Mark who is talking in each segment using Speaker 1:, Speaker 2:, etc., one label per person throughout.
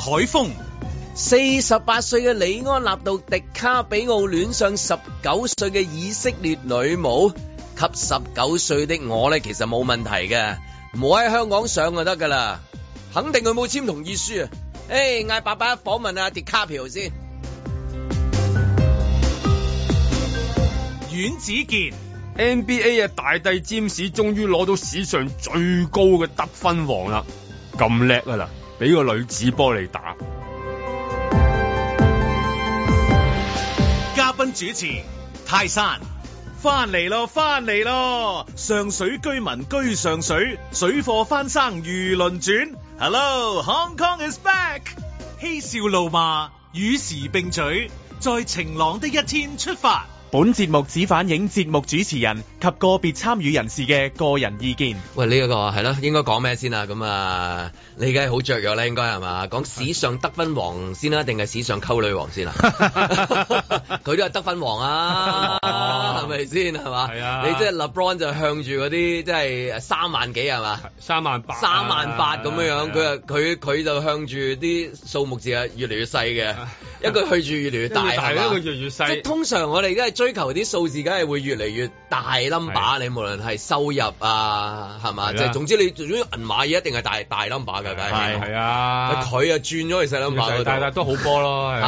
Speaker 1: 海峰。
Speaker 2: 四十八歲嘅李安納到迪卡比奧戀上十九歲嘅以色列女模，給十九歲的我咧，其實冇問題嘅，唔好喺香港上就得噶啦，肯定佢冇簽同意書啊！誒、嗌爸爸訪問阿迪卡皮奧先。
Speaker 1: 阮子健，
Speaker 3: NBA 嘅大帝詹士終於攞到史上最高嘅得分王啦！咁叻啊啦，俾個女子波你打。
Speaker 1: 嘉賓主持泰山，翻嚟咯，翻嚟咯！上水居民居上水，水貨翻生如輪轉。Hello，Hong Kong is back！嬉笑怒罵，與時並舉，在晴朗的一天出發。
Speaker 4: 本節目只反映節目主持人及個別參與人士嘅個人意見。
Speaker 2: 喂，呢、一個係咯，應該講咩先啊？咁啊，你梗係好雀躍啦，應該係嘛？ 講史上得分王先啊啦，定係史上溝女王先啊？佢都係得分王啊，係咪先係嘛？
Speaker 3: 係哦啊
Speaker 2: 你即係 LeBron 就向住嗰啲即係三萬幾係嘛？
Speaker 3: 三萬八啊，
Speaker 2: 三萬八咁樣樣，佢
Speaker 3: 係
Speaker 2: 啊
Speaker 3: 啊
Speaker 2: 佢佢就向住啲數目字啊越嚟越細嘅，一個去住越嚟越大，
Speaker 3: 一個大
Speaker 2: 係嘛
Speaker 3: 一個越嚟越細
Speaker 2: 即係通常我哋而家係追求啲數字，梗係會越嚟越大 number。
Speaker 3: 係
Speaker 2: 你無論係收入啊，係嘛，
Speaker 3: 係啦
Speaker 2: 即係總之你做咗銀碼嘢一定係大大 number 㗎，梗
Speaker 3: 係
Speaker 2: 係。
Speaker 3: 係啊，
Speaker 2: 佢啊轉咗去細 number 嗰
Speaker 3: 但但
Speaker 2: 度。
Speaker 3: 都好 波咯，
Speaker 2: 嚇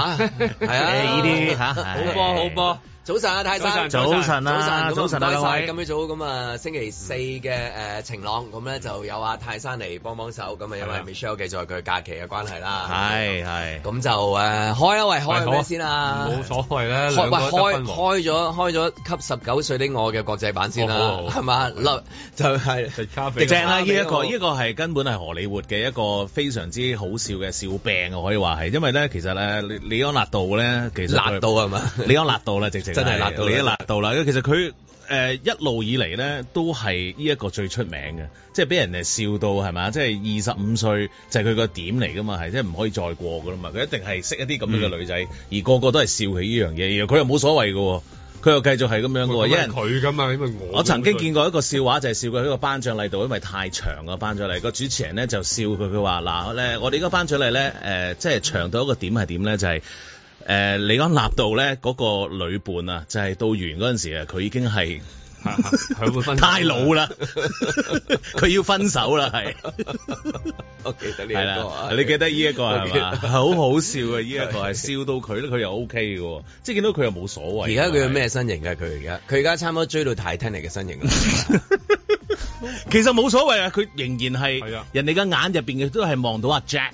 Speaker 2: 係 啊，
Speaker 5: 呢啲嚇
Speaker 3: 好波好波，
Speaker 2: 早晨啊，泰山。
Speaker 3: 早
Speaker 5: 早晨啊，
Speaker 2: 早
Speaker 5: 早
Speaker 2: 晨
Speaker 5: 晨
Speaker 2: 咁
Speaker 5: 啊，
Speaker 2: 啊唔
Speaker 5: 兩
Speaker 2: 該晒，今
Speaker 5: 位。
Speaker 2: 朝早咁啊，星期四嘅誒晴朗，咁咧就有阿泰山嚟幫幫手，咁啊因
Speaker 3: 係啊
Speaker 2: 為 Michelle 記在佢假期嘅關係啦，
Speaker 5: 係係。
Speaker 2: 咁就誒開啊啦，喂，開
Speaker 3: 喂
Speaker 2: 咗
Speaker 3: 好
Speaker 2: 咩先啊？
Speaker 3: 冇所謂啦，
Speaker 2: 開
Speaker 3: 兩
Speaker 2: 喂
Speaker 3: 個得
Speaker 2: 開
Speaker 3: 分王。
Speaker 2: 開咗開咗給十九歲的我嘅國際版先
Speaker 3: 哦好
Speaker 2: 啦
Speaker 3: 啊，好啊
Speaker 2: 係嘛？嗱就係
Speaker 3: 迪卡比
Speaker 2: 迪
Speaker 5: 正
Speaker 2: 卡
Speaker 5: 啦！呢一
Speaker 2: 呢個
Speaker 5: 個呢一個係根本係荷里活嘅一個非常之好笑嘅笑柄啊，可以話係，因為咧其實咧李李安納度咧其實佢
Speaker 2: 辣到係啊嘛？
Speaker 5: 李安辣到啦，直情
Speaker 2: 真係辣到啦
Speaker 5: 李安辣到啦。因為其實佢誒、呃一路以嚟咧都係呢一個最出名嘅，即係俾人哋笑到係嘛？即係二十五歲就係佢個點嚟噶嘛，係即係唔可以再過噶啦嘛。佢一定係識一啲咁樣嘅女仔，而個個都係笑佢呢樣嘢，而佢又冇所謂嘅喎，佢又繼續係咁樣嘅喎，
Speaker 3: 喂
Speaker 5: 因
Speaker 3: 咁
Speaker 5: 為
Speaker 3: 係。佢噶嘛，因為我
Speaker 5: 我曾經見過一個笑話，就係笑佢喺個頒獎禮度，因為太長個頒獎禮，個主持人咧就笑佢，佢話嗱咧，我哋呢個頒獎禮咧，誒、即係長到一個點係點咧，就呃係、誒、李安納度咧嗰、個女伴啊，就係、到完嗰陣時啊，佢已經係
Speaker 3: 佢會分
Speaker 5: 太老啦，佢要分手啦，係
Speaker 2: 我記得呢
Speaker 5: 係
Speaker 2: 一個啊
Speaker 5: 啦，，你記得呢一個啊
Speaker 2: 我
Speaker 5: 係
Speaker 2: 記得
Speaker 5: 嘛？好好笑嘅呢一個係笑到佢咧，佢又 O K 嘅喎，即係見到佢又冇所謂。
Speaker 2: 而家佢咩身形㗎？佢而家佢而家差唔多追到 Titanic 嘅身形啦。
Speaker 5: 其實冇所謂啊，佢仍然係
Speaker 3: 係啊
Speaker 5: 人哋嘅眼入邊嘅都係望到阿 Jack，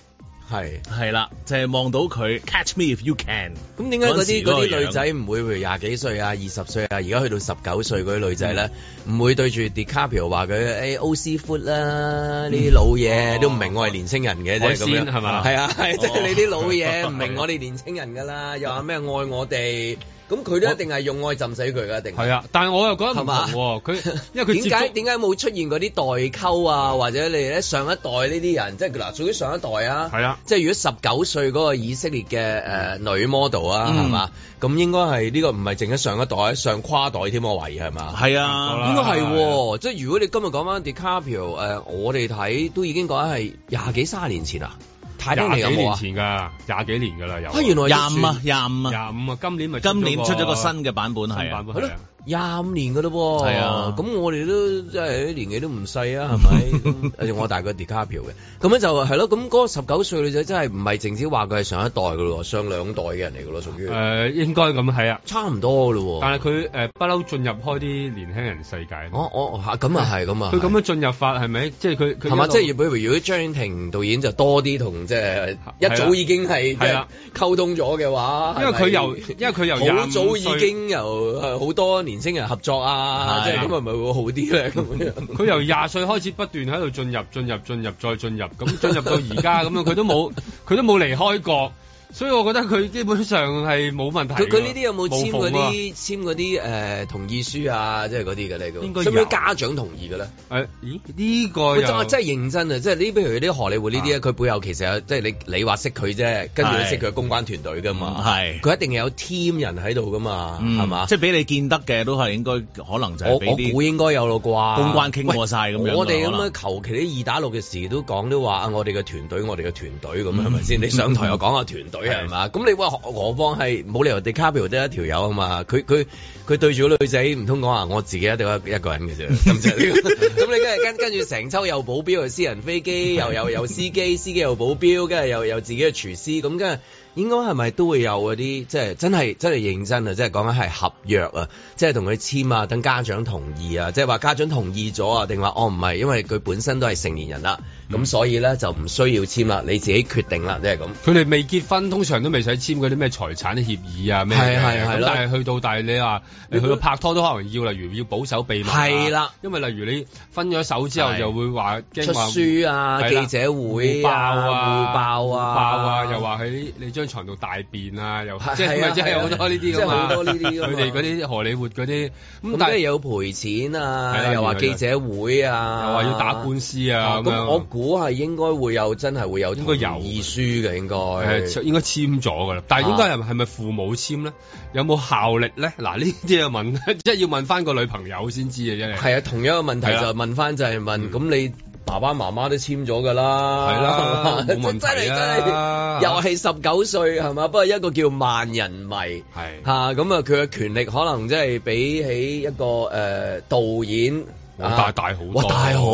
Speaker 2: 係。
Speaker 5: 係啦，就係、望到佢 Catch me if you can。
Speaker 2: 咁點解嗰
Speaker 5: 嗰陣
Speaker 2: 啲嗰
Speaker 5: 時嗰
Speaker 2: 啲
Speaker 5: 個
Speaker 2: 女仔唔會譬如廿幾歲啊、二十歲啊，而家去到十九歲嗰啲女仔咧，
Speaker 3: 嗯
Speaker 2: 唔會對住 DiCaprio 話佢誒 O C foot 啦，呢啲老嘢都唔明我係年青人嘅啫
Speaker 3: 嗯哦海
Speaker 2: 咁
Speaker 3: 鮮
Speaker 2: 樣
Speaker 3: 係嘛
Speaker 2: 係啊，係即係
Speaker 5: 哦
Speaker 2: 你啲老嘢唔明 我哋年青人㗎啦，又話咩愛我哋，咁佢都一定係用愛浸死佢㗎，一定
Speaker 3: 係啊，但係我又覺得唔
Speaker 2: 係
Speaker 3: 同
Speaker 2: 嘛
Speaker 3: 喎，佢 因為佢
Speaker 2: 點
Speaker 3: 接
Speaker 2: 解
Speaker 3: 觸
Speaker 2: 點解冇出現嗰啲代溝啊，或者你咧上一代呢啲人，即係嗱，屬於上一代啊，
Speaker 3: 係啊
Speaker 2: 即係如果十九歲嗰個以色列嘅誒、呃女 model 啊，係
Speaker 5: 嗯
Speaker 2: 嘛、咁應該係呢個唔係淨係上一代，上跨代添，我懷疑係嘛？
Speaker 5: 係
Speaker 3: 好
Speaker 5: 啊
Speaker 3: 啦，
Speaker 2: 應該係喎，即係如果你今日講翻 DiCaprio 誒、我哋睇都已經講緊係廿幾卅年前啊，太多
Speaker 3: 廿
Speaker 2: 你有
Speaker 3: 幾
Speaker 2: 冇
Speaker 3: 年
Speaker 2: 啊？
Speaker 3: 前㗎，廿幾年㗎啦，有
Speaker 2: 啊，原來
Speaker 5: 廿五啊，廿五啊，
Speaker 3: 廿五啊，今年咪
Speaker 5: 今年出咗個
Speaker 3: 新
Speaker 5: 新嘅版本係
Speaker 3: 版
Speaker 5: 啊。
Speaker 3: 本
Speaker 2: 係咯
Speaker 3: 係啊。，
Speaker 2: 廿五年噶咯喎，
Speaker 5: 係啊
Speaker 2: 咁我哋都即係哎年紀都唔細啊，係 咪？我大過 DiCaprio 嘅，咁樣就係咯，咁嗰個十九歲女仔真係唔係淨止話佢係上一代噶咯喎，上兩代嘅人嚟噶咯，屬於、
Speaker 3: 誒應該咁係啊，
Speaker 2: 差唔多噶咯喎。
Speaker 3: 但係佢誒不嬲進入開啲年輕人世界。
Speaker 2: 我我嚇咁啊係咁啊，
Speaker 3: 佢咁樣進入法係咪？即係佢佢
Speaker 2: 係嘛？
Speaker 3: 一路
Speaker 2: 即係譬如如果張婉婷導演就多啲同即係一早已經係即
Speaker 3: 係
Speaker 2: 係
Speaker 3: 啦
Speaker 2: 溝通咗嘅話，
Speaker 3: 因為佢
Speaker 2: 係
Speaker 3: 由
Speaker 2: 咪
Speaker 3: 因為佢由
Speaker 2: 好早
Speaker 3: 25
Speaker 2: 已經由呃好多年青人合作啊，
Speaker 5: 係
Speaker 2: 即係咁係咪會好啲 咧？咁樣。
Speaker 3: 佢由廿歲開始不斷喺 度進入、進入、進入再進入，咁進入到而家咁樣，佢都冇佢都冇離開過。所以我覺得佢基本上係冇問題㗎。
Speaker 2: 佢佢呢啲有冇簽嗰
Speaker 3: 無縫啊
Speaker 2: 啲簽嗰啲誒同意書啊，即係嗰啲嘅咧？
Speaker 3: 應該
Speaker 2: 咁，使唔使
Speaker 3: 有
Speaker 2: 家長同意嘅咧？
Speaker 3: 啊誒，咦？呢、個
Speaker 2: 喂
Speaker 3: 又
Speaker 2: 真係真係認真啊！即係呢，譬如啲荷里活呢
Speaker 3: 啊
Speaker 2: 啲咧，佢背後其實有即係你你話識佢啫，跟住你
Speaker 5: 係
Speaker 2: 識佢公關團隊噶嘛，
Speaker 5: 係
Speaker 2: 佢一定有 team 人喺度噶嘛，
Speaker 5: 嗯
Speaker 2: 係嘛？
Speaker 5: 即係俾你見得嘅都係應該可能就
Speaker 2: 我
Speaker 5: 係俾
Speaker 2: 我
Speaker 5: 啲
Speaker 2: 估應該有咯啩，
Speaker 5: 公關傾過晒咁樣㗎
Speaker 2: 我哋咁
Speaker 5: 可
Speaker 2: 樣
Speaker 5: 能
Speaker 2: 求其啲二打六嘅時都講都話啊，我哋嘅團隊，我哋嘅團隊咁樣係咪
Speaker 5: 嗯
Speaker 2: 先？你上台又講下團隊係嘛？咁你話何何況係冇理由迪卡比奧得一條友啊嘛？佢佢佢對住個女仔唔通講話我自己一定一一個人嘅啫，咁 就 呢個咁你跟住跟跟住成抽有保鏢，又私人飛機，又又又司機，司機又保鏢，跟住又又自己嘅廚師，咁跟住。應該係咪都會有嗰啲即係真係真係認真啊！即係講緊係合約啊，即係同佢簽啊，等家長同意啊，即係話家長同意咗啊，定話哦唔係，因為佢本身都係成年人啦，
Speaker 3: 嗯
Speaker 2: 咁、所以咧就唔需要簽啦，你自己決定啦，即係咁。
Speaker 3: 佢哋未結婚，通常都未使簽嗰啲咩財產協議啊咩
Speaker 2: 係
Speaker 3: 嘅。
Speaker 2: 係係
Speaker 3: 咁
Speaker 2: 咯
Speaker 3: 但係去到但係你話你去到拍拖都可能要，例如要保守秘密啊。
Speaker 2: 係啦
Speaker 3: 因為例如你分咗手之後，
Speaker 5: 係
Speaker 3: 又會話
Speaker 2: 出
Speaker 3: 驚話
Speaker 2: 書啊，
Speaker 3: 係啦
Speaker 2: 記者會
Speaker 3: 互爆啊，
Speaker 2: 互爆啊，
Speaker 3: 互爆啊， 又話喺你張床度大便啊，又
Speaker 2: 係
Speaker 3: 即係
Speaker 2: 係啊
Speaker 3: 咪即係有好多呢啲㗎嘛？
Speaker 2: 即係好多呢啲㗎嘛啊
Speaker 3: 佢哋嗰啲荷里活嗰啲咁
Speaker 2: 咁，跟
Speaker 3: 但
Speaker 2: 住
Speaker 3: 係又
Speaker 2: 有賠錢
Speaker 3: 係
Speaker 2: 啊，
Speaker 3: 啦
Speaker 2: 又話記者會啊，
Speaker 3: 話要打官司啊咁
Speaker 2: 咁我
Speaker 3: 樣。
Speaker 2: 估係應該會有真係會有
Speaker 3: 應該有
Speaker 2: 同意書嘅應該。
Speaker 3: 誒應該簽咗㗎啦，但係應
Speaker 2: 啊
Speaker 3: 該係係咪父母簽咧？有冇效力咧？嗱呢啲就問， 即係要問翻個女朋友先知嘅啫。
Speaker 2: 係啊，同樣嘅問題
Speaker 3: 係
Speaker 2: 就
Speaker 3: 啦
Speaker 2: 係問翻就係問，咁你爸爸媽媽都簽咗㗎啦，
Speaker 3: 係啦
Speaker 2: 係
Speaker 3: 冇
Speaker 2: 嘛
Speaker 3: 問 題
Speaker 2: 真係真
Speaker 3: 啊
Speaker 2: 係，又係十九歲係嘛？不過一個叫萬人迷。
Speaker 3: 係
Speaker 2: 嚇咁啊！佢嘅權力可能即係比起一個誒、呃、導演，
Speaker 3: 哇
Speaker 2: 啊
Speaker 3: 大大好多
Speaker 2: 哇大好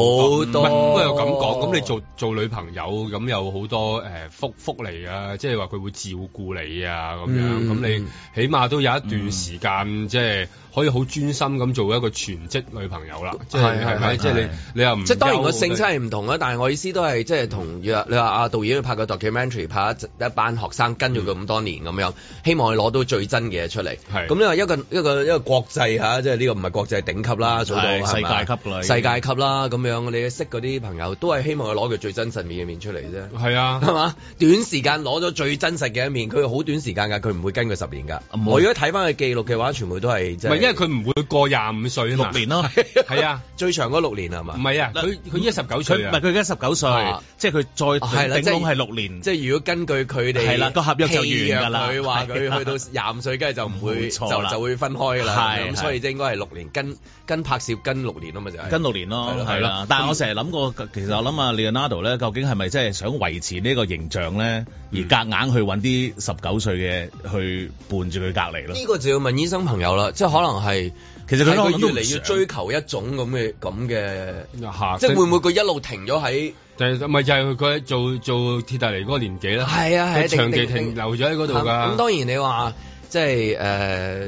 Speaker 2: 多。
Speaker 3: 唔係不過又咁講，咁你做做女朋友咁有好多誒福福利啊，即係話佢會照顧你啊咁樣，
Speaker 2: 嗯
Speaker 3: 咁你起碼都有一段時間即係可以好專心咁做一個全職女朋友啦，即係
Speaker 2: 係
Speaker 3: 係
Speaker 2: 係
Speaker 3: 咪？即係你
Speaker 5: 係
Speaker 3: 你又唔
Speaker 2: 即係當然個
Speaker 3: 憂
Speaker 2: 性質係唔同啦，但係我意思都係即係同你話你話啊導演去拍個 documentary，拍一一班學生跟住佢咁多年咁樣，希望佢攞到最真嘅嘢出嚟。
Speaker 3: 係
Speaker 2: 咁你話一個一個一個國際嚇，即係呢個唔係國際頂級啦，做到
Speaker 5: 係
Speaker 2: 係嘛
Speaker 5: 世界級啦已經
Speaker 2: 世界級啦咁樣，你識嗰啲朋友都係希望佢攞佢最真實面嘅面出嚟啫。
Speaker 3: 係啊。
Speaker 2: 係嘛？短時間攞咗最真實嘅一面，佢好短時間㗎，佢唔會跟佢十年㗎。
Speaker 5: 唔會
Speaker 2: 我如果睇翻佢記錄嘅話，全部都係即
Speaker 3: 唔
Speaker 2: 係
Speaker 3: 係，因為佢唔會過廿五歲啊嘛
Speaker 5: 六，年咯。
Speaker 3: 係啊，
Speaker 2: 最長嗰六年係嘛
Speaker 3: 唔？係啊，佢佢依家十九
Speaker 5: 佢
Speaker 3: 歲
Speaker 5: 唔
Speaker 3: 啊
Speaker 5: 係，佢而家十九歲
Speaker 2: 啊，
Speaker 5: 即係佢
Speaker 2: 哦係啦
Speaker 5: 再頂
Speaker 2: 即係
Speaker 5: 籠係六年。
Speaker 2: 即係如果根據佢哋
Speaker 5: 係啦個合約就完㗎啦啊
Speaker 2: 契約佢話佢去到廿五歲，跟住就唔會
Speaker 5: 冇
Speaker 2: 就
Speaker 5: 錯啦
Speaker 2: 就會分開㗎啦。
Speaker 5: 係
Speaker 2: 咁
Speaker 5: 係
Speaker 2: 所以即係應該係六年跟跟拍攝跟六年啊嘛就係。
Speaker 5: 跟六年咯
Speaker 2: 係，咯
Speaker 5: 係
Speaker 2: 係
Speaker 5: 啦。但係我成日諗過，其實我諗啊，Leonardo 咧，究竟係咪真係想維持呢個形象咧，而夾硬去揾啲十九歲嘅去伴住佢隔離咯？
Speaker 2: 呢個就要問醫生朋友啦，即係可能係
Speaker 5: 其實佢
Speaker 2: 係
Speaker 5: 可能都
Speaker 2: 越
Speaker 5: 唔
Speaker 2: 嚟越
Speaker 5: 想
Speaker 2: 追求一種咁嘅咁嘅，
Speaker 3: 嚇
Speaker 5: 啊
Speaker 2: 即係會唔會佢一路停咗喺？
Speaker 3: 就係咪就係佢做做鐵達尼嗰個年紀啦？
Speaker 2: 係啊係啊
Speaker 3: 佢長
Speaker 2: 定
Speaker 3: 期
Speaker 2: 定定
Speaker 3: 停留咗喺嗰度
Speaker 2: 咁咁
Speaker 3: 㗎。嗯
Speaker 2: 當然你話即係誒、呃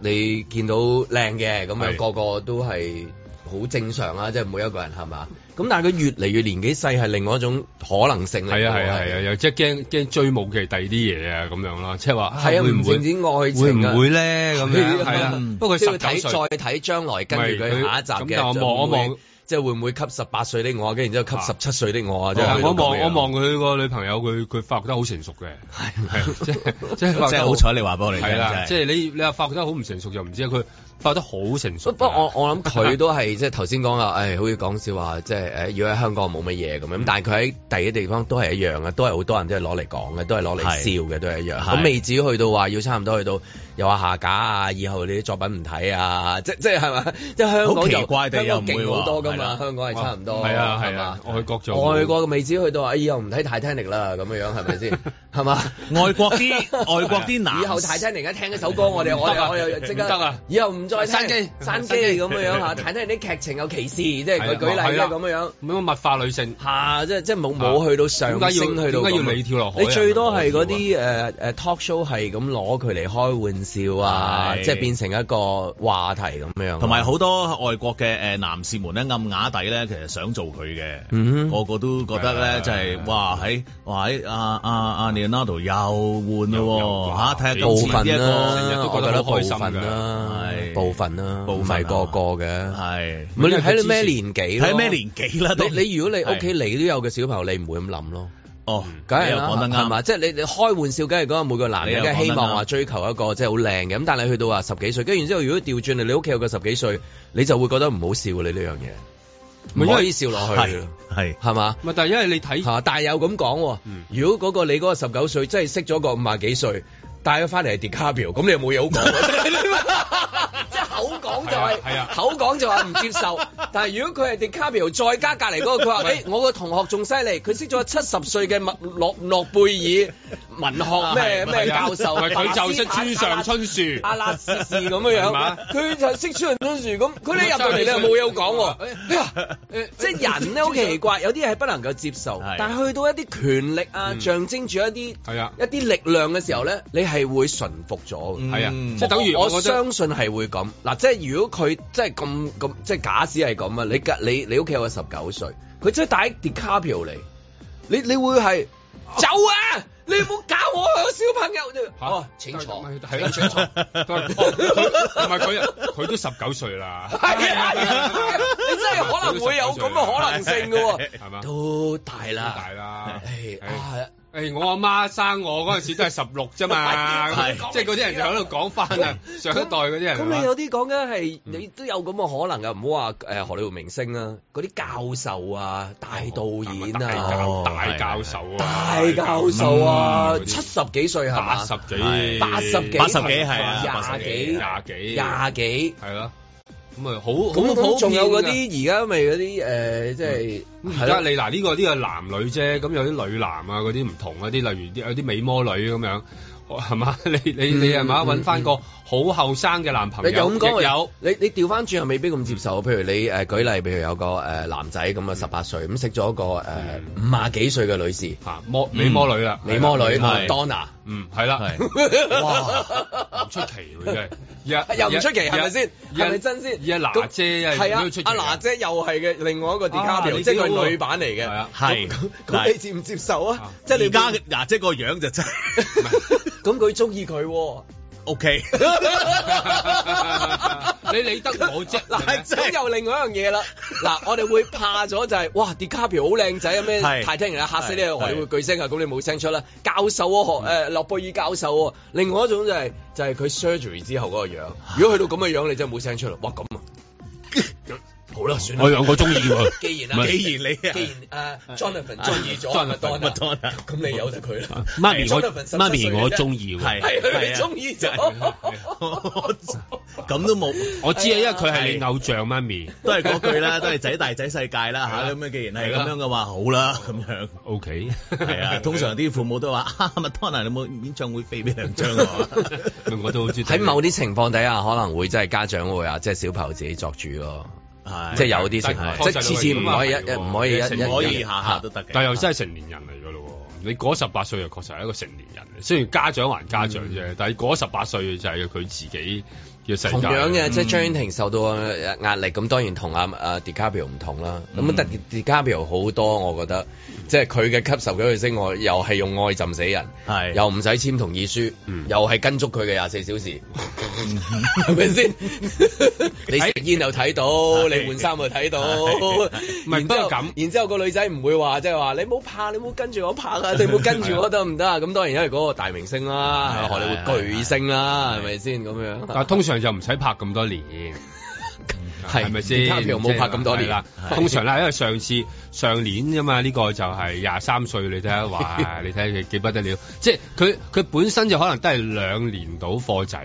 Speaker 2: 你見到靚嘅咁樣，
Speaker 3: 係
Speaker 2: 個個都係好正常啦，即係每一個人係嘛？咁但係佢越嚟越年紀細係另外一種可能性嚟㗎
Speaker 3: 係啊
Speaker 2: 喎
Speaker 3: 係啊係啊，又即係驚驚追冇期第二啲嘢啊咁樣咯，即係話啊
Speaker 2: 係啊，
Speaker 3: 會
Speaker 2: 唔
Speaker 3: 唔會
Speaker 2: 淨止愛
Speaker 3: 會
Speaker 2: 情啊，
Speaker 3: 唔會咧咁樣
Speaker 2: 係啊
Speaker 3: 係啦
Speaker 5: 嗯？
Speaker 3: 不過
Speaker 2: 即係
Speaker 3: 十
Speaker 2: 要
Speaker 3: 九歲
Speaker 2: 睇再睇將來跟住佢下一集
Speaker 3: 唔係佢咁
Speaker 2: 嘅，
Speaker 3: 但我
Speaker 2: 就會
Speaker 3: 望
Speaker 2: 唔會
Speaker 3: 我望
Speaker 2: 即係會唔會吸十八歲的我啊，跟住然之後吸
Speaker 3: 啊
Speaker 2: 十七歲的我啊，即係去
Speaker 3: 我
Speaker 2: 到咁
Speaker 3: 望
Speaker 2: 樣啊
Speaker 3: 我望佢個女朋友，佢佢發覺得好成熟嘅，係啊即係 即係
Speaker 5: 即
Speaker 3: 發覺
Speaker 5: 係
Speaker 3: 得
Speaker 5: 好彩你話俾我哋聽，
Speaker 3: 係啦，即
Speaker 5: 真係
Speaker 3: 係你你話發覺得好唔成熟就唔知啊，佢發覺得好成熟
Speaker 2: 不不
Speaker 3: 㗎。
Speaker 2: 過我我諗佢都係即係頭先講啊，誒、好似講笑話，即係誒，如果喺香港冇乜嘢咁
Speaker 5: 嗯
Speaker 2: 樣，但係佢喺第啲地方都係一樣啊嘅，都係好多人都係攞嚟講嘅，都係攞嚟
Speaker 5: 係
Speaker 2: 笑嘅，都係一樣。
Speaker 5: 係
Speaker 2: 咁未至於去到話要差唔多去到又話下架啊，以後你啲作品唔睇啊，即 即係係嘛？即係香港就
Speaker 5: 好奇怪地又
Speaker 2: 香
Speaker 5: 唔
Speaker 2: 港
Speaker 5: 會
Speaker 2: 勁好多㗎
Speaker 5: 喎係
Speaker 2: 嘛，
Speaker 5: 啦
Speaker 2: 香港係差唔多，
Speaker 3: 係啊係
Speaker 2: 嘛
Speaker 3: 啊，外國就冇
Speaker 2: 外國嘅未至於去到話，哎以後唔睇 Titanic 啦，咁樣樣係咪 先？係嘛？
Speaker 5: 外國 啲外國啲男，
Speaker 2: 以後 Titanic 一聽一首歌，我哋我哋我哋即刻
Speaker 3: 唔得啊
Speaker 2: 以後唔再聽
Speaker 3: 山機
Speaker 2: 山機
Speaker 3: 山機
Speaker 2: 咁樣樣嚇，Titanic 啲劇情有歧視，即係
Speaker 3: 係
Speaker 2: 舉
Speaker 3: 啊
Speaker 2: 舉例
Speaker 3: 係
Speaker 2: 啫
Speaker 3: 啊
Speaker 2: 咁樣樣。
Speaker 3: 咁樣物化女性。
Speaker 2: 嚇！即係即係冇冇去到上
Speaker 3: 點解要
Speaker 2: 升，去到
Speaker 3: 點解要
Speaker 2: 咁啊
Speaker 3: 你跳落海啊
Speaker 2: 你最多係嗰
Speaker 3: 我唔
Speaker 2: 啲誒誒 talk show 係咁攞佢嚟開玩笑啊，
Speaker 5: 係
Speaker 2: 即係變成一個話題咁樣。啊
Speaker 5: 同埋好多外國嘅誒男士們咧暗啞底咧，其實想做佢嘅，
Speaker 2: 嗯哼
Speaker 5: 個個都覺得咧
Speaker 3: 係
Speaker 5: 就係哇喺哇喺阿阿阿 Leonardo 又換
Speaker 3: 又又
Speaker 5: 咯
Speaker 3: 換
Speaker 5: 喎嚇，睇下
Speaker 2: 部
Speaker 5: 今次呢
Speaker 2: 分
Speaker 5: 一
Speaker 3: 成日
Speaker 2: 啦，
Speaker 5: 個
Speaker 3: 都
Speaker 2: 我
Speaker 3: 覺
Speaker 2: 覺
Speaker 3: 得
Speaker 2: 得
Speaker 3: 好
Speaker 2: 部
Speaker 3: 開心㗎
Speaker 2: 分啦，
Speaker 5: 係
Speaker 2: 部分啊啦，
Speaker 5: 部
Speaker 2: 唔
Speaker 5: 分
Speaker 2: 係個個嘅。
Speaker 5: 係
Speaker 2: 唔係你睇你咩年紀咯
Speaker 5: 睇咩年紀啦，
Speaker 2: 你你如果你
Speaker 5: 係
Speaker 2: 屋企你都有嘅小朋友，你唔會咁諗咯。
Speaker 5: 哦，
Speaker 2: 梗係
Speaker 5: 你又
Speaker 2: 啦，
Speaker 5: 講得
Speaker 2: 係
Speaker 5: 啱，
Speaker 2: 嘛？即係你你開玩笑，梗係講每個男人
Speaker 5: 你又
Speaker 2: 梗
Speaker 5: 講得
Speaker 2: 係希望話
Speaker 5: 啱
Speaker 2: 追求一個即係好靚嘅，咁但係你去到話十幾歲，跟住然之後，如果調轉嚟，你屋企有個十幾歲，你就會覺得唔好笑你呢樣嘢，
Speaker 3: 咪
Speaker 2: 唔
Speaker 3: 因為
Speaker 2: 可以笑落去
Speaker 5: 係，係
Speaker 2: 係嘛？
Speaker 3: 咪但係因為你睇
Speaker 2: 啊嚇！但係有咁講喎
Speaker 3: 嗯，
Speaker 2: 如果嗰個你嗰個十九歲真係識咗個五廿幾歲，帶咗翻嚟係 DiCaprio，咁你又冇嘢好講。即係口講就係
Speaker 3: 係啊係啊
Speaker 2: 口講就話唔接 受，但係如果佢係 DiCaprio 再加隔離嗰個，佢話：誒，我個同學仲犀利，佢識咗七十歲嘅麥諾諾貝爾文學
Speaker 3: 啊
Speaker 2: 咩
Speaker 5: 係
Speaker 2: 咩 教授，啊
Speaker 3: 咪佢就識村上春樹，啊
Speaker 2: 阿拉士士咁樣
Speaker 3: 係嘛
Speaker 2: 樣，佢就識村上春樹咁，佢你入到嚟你又冇嘢好講喎。哎呀哎
Speaker 3: 誒
Speaker 2: 即係人咧好奇怪，有啲嘢係不能夠接受
Speaker 5: 係，
Speaker 2: 但係去到一啲權力啊，
Speaker 3: 嗯
Speaker 2: 象徵住一啲
Speaker 3: 係啊
Speaker 2: 一啲力量嘅時候咧，你係會臣服咗嘅。
Speaker 5: 嗯
Speaker 3: 係啊，
Speaker 5: 嗯
Speaker 3: 即係等於
Speaker 2: 我
Speaker 3: 我
Speaker 2: 我
Speaker 3: 覺得
Speaker 2: 相信係會咁嗱，即係如果佢即係咁咁，即係假使係咁啊！你隔你你屋企有個十九歲，佢真係帶 DiCaprio 嚟，你你會係走啊！你唔好搞我啊，我小朋友！
Speaker 3: 嚇
Speaker 2: 哦，請坐，
Speaker 3: 係啊啦，
Speaker 2: 請坐。
Speaker 3: 佢 佢啊唔係佢，佢都十九歲啦。
Speaker 2: 係啊，你真係可能會有咁嘅可能性嘅喎，
Speaker 3: 係嘛
Speaker 2: 都大啦，
Speaker 3: 大啦
Speaker 2: 唉
Speaker 3: 係
Speaker 2: 啊
Speaker 3: 誒，我阿媽生我嗰陣時都係十六啫 嘛，
Speaker 2: 係
Speaker 3: 即係嗰啲人就喺度講翻啊，上一代嗰啲人 係
Speaker 2: 咁
Speaker 3: 嘛
Speaker 2: 你有啲講緊係你都有咁嘅可能㗎，唔好話誒荷里活明星啦，嗰啲教授啊、大導演
Speaker 3: 大
Speaker 2: 啊、
Speaker 3: 教
Speaker 5: 哦
Speaker 3: 大教授啊，
Speaker 2: 大教授啊
Speaker 3: 嗯，
Speaker 2: 七十幾歲係
Speaker 3: 八
Speaker 2: 嘛
Speaker 3: 十？幾
Speaker 5: 係
Speaker 2: 八十幾，
Speaker 5: 八十幾係啊
Speaker 2: 廿幾，
Speaker 3: 廿幾
Speaker 2: 廿幾。
Speaker 3: 係咯，咁啊好
Speaker 2: 咁
Speaker 3: 咁
Speaker 2: 咁仲有嗰啲而家咪嗰啲誒，即係
Speaker 3: 而家你嗱呢個呢個男女啫，咁有啲女男啊嗰啲唔同嗰啲，例如啲有啲美魔女咁樣，係嘛？你你你係嘛？
Speaker 2: 嗯
Speaker 3: 揾翻個好後生嘅男朋友，
Speaker 2: 你又咁講，
Speaker 3: 亦有嗯
Speaker 2: 我你你調翻轉又未必咁接受。譬如你誒、呃、舉例，譬如有個誒、呃男仔咁啊，十八歲咁識咗個誒五廿幾歲嘅女士，
Speaker 3: 嗯啊魔美魔女啦，
Speaker 2: 嗯美魔女
Speaker 3: 係啦
Speaker 2: Donna，
Speaker 3: 嗯係啦，
Speaker 5: 係
Speaker 3: 哇唔出奇喎真係，
Speaker 2: 又唔出奇係咪先？
Speaker 3: 而
Speaker 2: 係咪真先？
Speaker 3: 而阿娜
Speaker 2: 咁
Speaker 3: 姐啊
Speaker 2: 係
Speaker 3: 都出奇
Speaker 2: 啊，阿娜姐又係嘅另外一個 d i c a
Speaker 3: 啊
Speaker 2: p r
Speaker 3: 你
Speaker 2: i
Speaker 3: 知
Speaker 2: 即
Speaker 3: 道
Speaker 2: 係
Speaker 3: 喎
Speaker 2: 佢係女版嚟嘅。
Speaker 3: 係啊
Speaker 5: 係
Speaker 2: 咁你接唔接受啊
Speaker 3: 啊？
Speaker 2: 即係你
Speaker 5: 而家嘅嗱，即係個樣就真 係
Speaker 2: 咁佢中意佢喎。
Speaker 5: OK。
Speaker 2: 啊
Speaker 3: 你理得我啫
Speaker 2: 嗱，
Speaker 5: 係咪
Speaker 2: 咁又另外一樣嘢啦。嗱，我哋會怕咗就係，哇，DiCaprio 好靚仔啊，咩
Speaker 5: 係
Speaker 2: 太聽人啦，嚇死你啊！
Speaker 5: 係
Speaker 2: 荷里活巨星啊，咁你冇聲出啦。教授啊，學誒諾貝爾教授啊。另外一種就係就係佢 surgery 之後嗰個樣。如果去到咁嘅樣，你真係冇聲出啦。哇，咁啊，好啦，算啦。
Speaker 3: 兩個中意 佢，
Speaker 2: 既然啊，
Speaker 5: 既然你啊
Speaker 2: 既然誒 Jonathan 中意咗 Madonna，
Speaker 5: Madonna
Speaker 2: 啊咁你由得佢啦。
Speaker 6: 媽咪我
Speaker 2: Jonathan 17歲
Speaker 6: 媽咪我
Speaker 2: 嘅啫
Speaker 6: 中意喎，
Speaker 5: 係
Speaker 2: 係佢
Speaker 5: 係啊
Speaker 2: 中意咗
Speaker 5: 係我 咁都冇，
Speaker 3: 我知啊，
Speaker 2: 哎
Speaker 3: 因為佢係你偶像媽 咪
Speaker 5: 都係嗰句啦，都係仔大仔世界啦嚇。咁樣既然係咁樣嘅話，好啦咁樣。
Speaker 3: ，OK，
Speaker 5: 係 啊，通常啲父母都話 啊，麥當娜你有冇演唱會飛俾兩張啊？
Speaker 3: 我都好中意
Speaker 2: 喺某啲情況底下，可能會真係家長會啊，即係小朋友自己作主咯。
Speaker 5: 係
Speaker 2: 即係有啲情況，
Speaker 3: 但係
Speaker 2: 即係次次唔可以一
Speaker 3: 確實係咁啊
Speaker 2: 一唔可以一
Speaker 3: 係
Speaker 2: 一
Speaker 5: 可以下下都得嘅。
Speaker 3: 但又真係成年人嚟噶咯喎！你嗰十八歲又確實係一個成年人，雖然家長還家長啫，但係嗰十八歲就係佢自己嘅世界。
Speaker 2: 嗯同樣嘅，
Speaker 5: 嗯
Speaker 2: 即係張婉婷受到呃壓力，咁當然同阿阿 DiCaprio 唔同啦。
Speaker 5: 嗯
Speaker 2: 咁但 DiCaprio 好多，我覺得即係佢嘅吸收嘅星，我又係用愛浸死人，
Speaker 5: 係
Speaker 2: 又唔使簽同意書
Speaker 3: 嗯，
Speaker 2: 又係跟足佢嘅廿四小時，係咪 先？你食煙又嗯睇啊到，你換衫又睇到，
Speaker 5: 係
Speaker 3: 唔係
Speaker 2: 然之後
Speaker 3: 不過咁
Speaker 2: 然之後個女仔唔會話即係話你唔好怕，你唔好跟住我拍 啊，你唔好跟住我得唔得啊？咁當然因為嗰個大明星啦，
Speaker 5: 係
Speaker 2: 荷里活巨星啦，係咪先咁樣？
Speaker 3: 但係通常就唔使拍咁多年，
Speaker 2: 係
Speaker 3: 係咪先？
Speaker 2: DiCaprio 冇拍咁多年
Speaker 3: 係啦
Speaker 2: 係，
Speaker 3: 通常啦，因為上次上年啫嘛，呢個就係廿三歲，你睇下 話，你睇下佢幾不得了，即係佢佢本身就可能都係兩年到貨仔，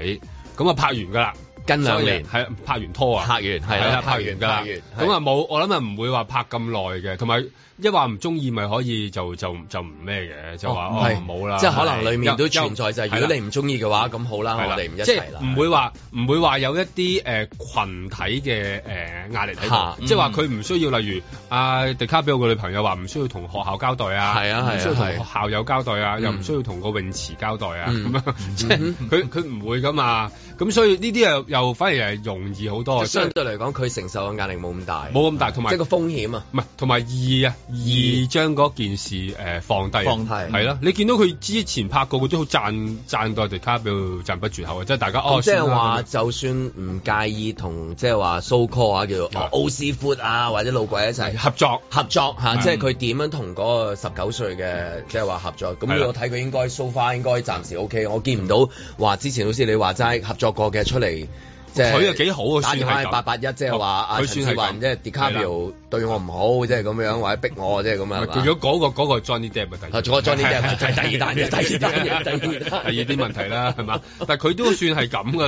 Speaker 3: 咁啊拍完㗎啦。
Speaker 2: 跟兩年
Speaker 3: 係拍完拖啊，
Speaker 2: 拍完係啦
Speaker 3: 係
Speaker 2: 拍
Speaker 3: 啦，拍
Speaker 2: 完
Speaker 3: 完㗎啦。
Speaker 2: 拍完
Speaker 3: 咁啊冇，我諗啊唔會話拍咁耐嘅，同埋一話唔中意咪可以就就就唔咩嘅，就話哦
Speaker 2: 係
Speaker 3: 唔好啦。
Speaker 2: 即係可能
Speaker 3: 係
Speaker 2: 裡面都
Speaker 3: 又
Speaker 2: 存在就係，如
Speaker 3: 係啦
Speaker 2: 果你唔中意嘅話，咁好啦，
Speaker 3: 係
Speaker 2: 啊我
Speaker 3: 啦
Speaker 2: 哋唔一
Speaker 3: 即
Speaker 2: 齊
Speaker 3: 係
Speaker 2: 啦。
Speaker 3: 唔會話唔會話有一啲誒、呃、群體嘅誒、呃、壓力喺
Speaker 2: 嚇嗯
Speaker 3: 度，即係話佢唔需要，例如啊迪卡比奧個女朋友話唔需要同學校交代啊，
Speaker 2: 係啊係啊
Speaker 3: 唔需要同
Speaker 2: 係
Speaker 3: 學校友交代啊，
Speaker 2: 嗯
Speaker 3: 又唔需要同個泳池交代啊，
Speaker 2: 嗯
Speaker 3: 咁樣即係佢佢唔會噶嘛，咁所以呢啲又又反而係容易好
Speaker 2: 即
Speaker 3: 多，
Speaker 2: 係
Speaker 3: 即係
Speaker 2: 相對嚟講，佢承受嘅壓力冇咁大，
Speaker 3: 冇咁大，同埋
Speaker 2: 即係個風險啊。
Speaker 3: 唔係同埋易啊，易將嗰件事誒、呃放低，
Speaker 5: 放
Speaker 2: 低
Speaker 3: 係啦。你見到佢之前拍過，佢都好讚讚代迪卡比讚不絕口啊！即係大家哦，
Speaker 2: 咁即係
Speaker 3: 算啦
Speaker 2: 話，就算唔介意同即係話 so call 啊，叫做哦奧斯闊啊，或者老鬼一齊
Speaker 3: 合作
Speaker 2: 合作
Speaker 3: 嗯
Speaker 2: 嚇，即係佢點樣同嗰個十九歲嘅即係話合作。
Speaker 3: 係
Speaker 2: 咁
Speaker 3: 啦
Speaker 2: 我睇佢應該 so far 應該暫時 OK，我見唔到話之前好似你話齋合作過嘅出嚟。即係
Speaker 3: 佢又幾好啊
Speaker 2: 打電
Speaker 3: 算係
Speaker 2: 話
Speaker 3: 咁
Speaker 2: 八八一，即係話阿
Speaker 3: 佢
Speaker 2: 陳志
Speaker 3: 算係
Speaker 2: 雲，
Speaker 3: 咁
Speaker 2: 即係 DiCaprio 對我唔好，即係咁樣，或者逼我，即係咁樣係嘛。
Speaker 3: 如果嗰個嗰個係 Johnny Depp 啊，第
Speaker 2: 啊
Speaker 3: 二
Speaker 2: 仲有 Johnny Depp，就係第二單嘢第二單嘢第二單嘢
Speaker 3: 第二啲問題啦，係嘛？但係佢都算係咁噶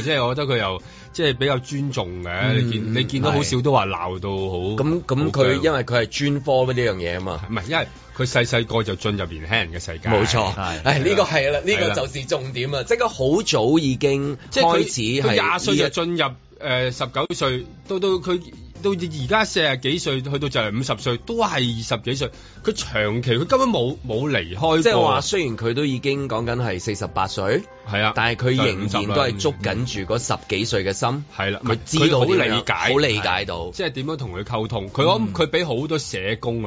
Speaker 3: 喎，即係我覺得佢又即係比較尊重嘅。你見你見到好少都話鬧到好
Speaker 2: 嗯咁咁
Speaker 3: 好
Speaker 2: 佢
Speaker 3: 僵
Speaker 2: 因為佢係專科呢樣嘢啊嘛。
Speaker 3: 唔係因為佢細細個就進入年輕人嘅世界，
Speaker 2: 冇錯，
Speaker 5: 係
Speaker 2: 誒呢個係啦，呢
Speaker 3: 係
Speaker 2: 個
Speaker 3: 啦
Speaker 2: 就是重點啊！即係佢好早已經
Speaker 3: 即係
Speaker 2: 開
Speaker 3: 佢
Speaker 2: 始
Speaker 3: 佢
Speaker 2: 係
Speaker 3: 廿歲
Speaker 2: 呢
Speaker 3: 就
Speaker 2: 一
Speaker 3: 進入誒十九歲，到到佢到而家四十幾歲，去到就係五十歲，都係二十幾歲。佢長期佢根本冇冇離開過，
Speaker 2: 即係話，雖然佢都已經講緊係四十八歲，
Speaker 3: 係啊，
Speaker 2: 但係佢仍
Speaker 3: 就係50
Speaker 2: 然
Speaker 3: 啦
Speaker 2: 都係捉緊住嗰十幾歲嘅心。
Speaker 3: 係啦，
Speaker 2: 佢
Speaker 3: 唔係
Speaker 2: 知道
Speaker 3: 好
Speaker 2: 點樣
Speaker 3: 理解，
Speaker 2: 好理解嗯到
Speaker 3: 即係點樣同佢溝通。佢我諗佢比好多社工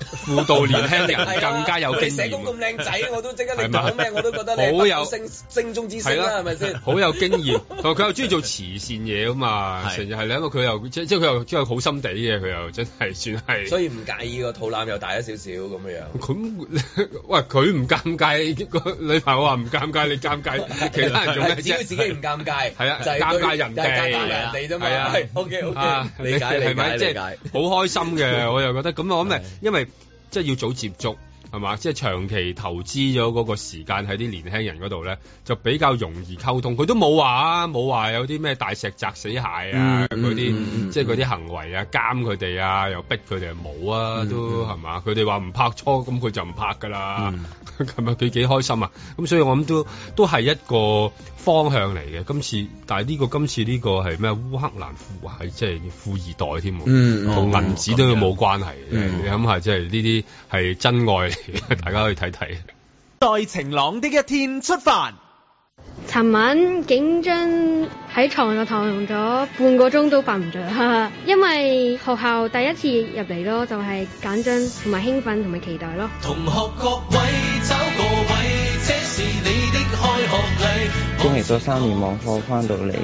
Speaker 3: 啊，輔導年輕人更加有經
Speaker 2: 啊你社工咁
Speaker 3: 驗，啊
Speaker 2: 靚仔，我都即刻你
Speaker 3: 係嘛
Speaker 2: 講咩我都覺得你
Speaker 3: 好
Speaker 2: 係
Speaker 3: 有
Speaker 2: 北斗星星中之星啦，係咪先？
Speaker 3: 好有經驗，同埋佢又中意做慈善嘢啊嘛，
Speaker 5: 係
Speaker 3: 成日係咧，因為佢又即即係佢又即係好心地嘅，佢又真係算係。
Speaker 2: 嗯所以唔介意個肚腩又大咗少少咁樣樣。
Speaker 3: 咁 喂，佢唔尷尬，個女朋友話唔尷尬，你尷尬，其他人做咩
Speaker 2: 只要自己
Speaker 3: 啫？
Speaker 2: 唔尷尬，
Speaker 3: 係啊
Speaker 2: 就係
Speaker 3: 尷
Speaker 2: 對
Speaker 3: 尬人
Speaker 2: 就
Speaker 3: 哋
Speaker 2: 係尷尬人哋啫嘛。
Speaker 3: 係啊
Speaker 2: 係 OK
Speaker 3: 啊
Speaker 2: OK，理解
Speaker 3: 你
Speaker 2: 理
Speaker 3: 係咪
Speaker 2: 解
Speaker 3: 即
Speaker 2: 理
Speaker 3: 係
Speaker 2: 解。
Speaker 3: 好開心嘅，我又覺得咁我諗咪因為即係要早接觸係嘛，即係長期投資咗嗰個時間喺啲年輕人嗰度咧，就比較容易溝通。佢都冇話啊，冇話有啲咩大石砸死蟹啊
Speaker 2: 嗯
Speaker 3: 嗰啲，
Speaker 2: 嗯嗯嗯
Speaker 3: 即係嗰啲行為啊，監佢哋啊，又逼佢哋冇啊，都係嘛？佢哋話唔拍拖，咁佢就唔拍㗎啦。
Speaker 2: 嗯
Speaker 3: 咁咪佢幾開心啊！咁所以我諗都都係一個方向嚟嘅。今次，但係呢、個今次呢個係咩？烏克蘭富係即係富二代添喎，
Speaker 2: 嗯嗯
Speaker 3: 同、銀紙都冇關係嘅。
Speaker 2: 嗯
Speaker 3: 你諗下，即係呢啲係真愛嚟嘅， 大家可以睇睇。
Speaker 4: 在晴朗的一天出發。
Speaker 6: 尋晚警張喺床度躺用咗半個鐘都瞓唔着，因為學校第一次入嚟咯，就係緊張同埋興奮同埋期待咯。
Speaker 7: 經歷咗三年網課翻到嚟，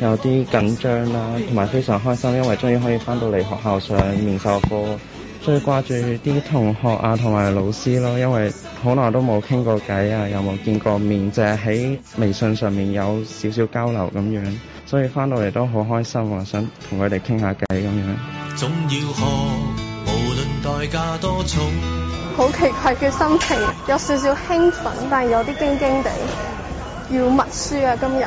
Speaker 7: 有啲緊張啦，同埋非常開心，因為終於可以翻到嚟學校上面授課。最掛住啲同學啊，同埋老師咯，因為好耐都冇傾過偈啊，又冇見過面，淨係喺微信上面有少少交流咁樣，所以翻到嚟都好開心啊，想同佢哋傾下偈咁樣。
Speaker 8: 總要學，無論代價多重。
Speaker 9: 好奇怪嘅心情，有少少興奮，但係有啲驚驚地，要默書啊！今日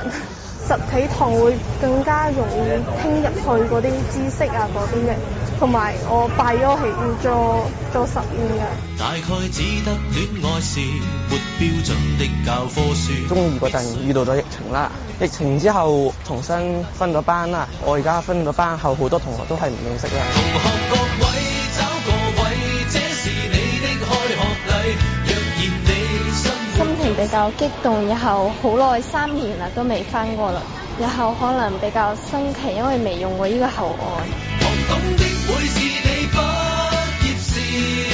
Speaker 9: 實體堂會更加容易聽入去嗰啲知識啊嗰啲嘢，同埋我拜咗係要做做實驗嘅。
Speaker 8: 大概只得戀愛是沒標準的教科書。
Speaker 7: 中二嗰陣遇到咗疫情啦，疫情之後重新分咗班啦，我而家分咗班後，好多同學都係唔認識啦。
Speaker 8: 同學各位找個位，這是你的開學禮。若然你生活
Speaker 9: 心情比較激動，然後好耐三年啦都未翻過啦，然後可能比較新奇，因為未用過呢個口岸。
Speaker 8: 學懂的會是你畢業
Speaker 10: 咁
Speaker 8: 時的優勢。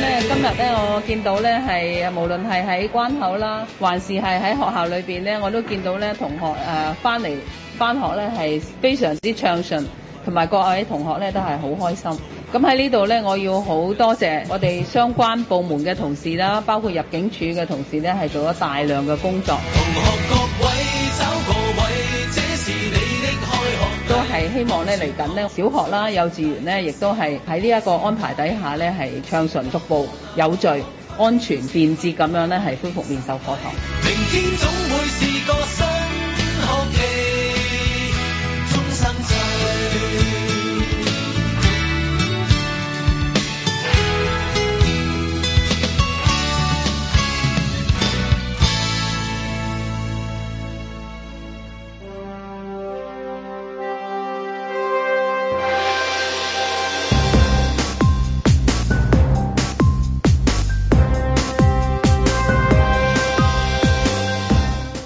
Speaker 10: 咧，今日咧，我見到咧係無論係喺關口啦，還是係喺學校裏邊咧，我都見到咧同學誒翻嚟翻學咧係非常之暢順，同埋各位同學咧都係好開心。咁喺呢度咧，我要好多謝我哋相關部門嘅同事啦，包括入境處嘅同事咧，係做咗大量嘅工作。
Speaker 8: 同學各位找個位，這是你的開學禮。
Speaker 10: 都係希望咧嚟緊咧小學啦、幼稚園咧，亦都係喺呢一個安排底下咧，係暢順逐步、有序、安全、便捷咁樣咧，係恢復面授課堂。
Speaker 8: 明天總會是個新學期，終生制。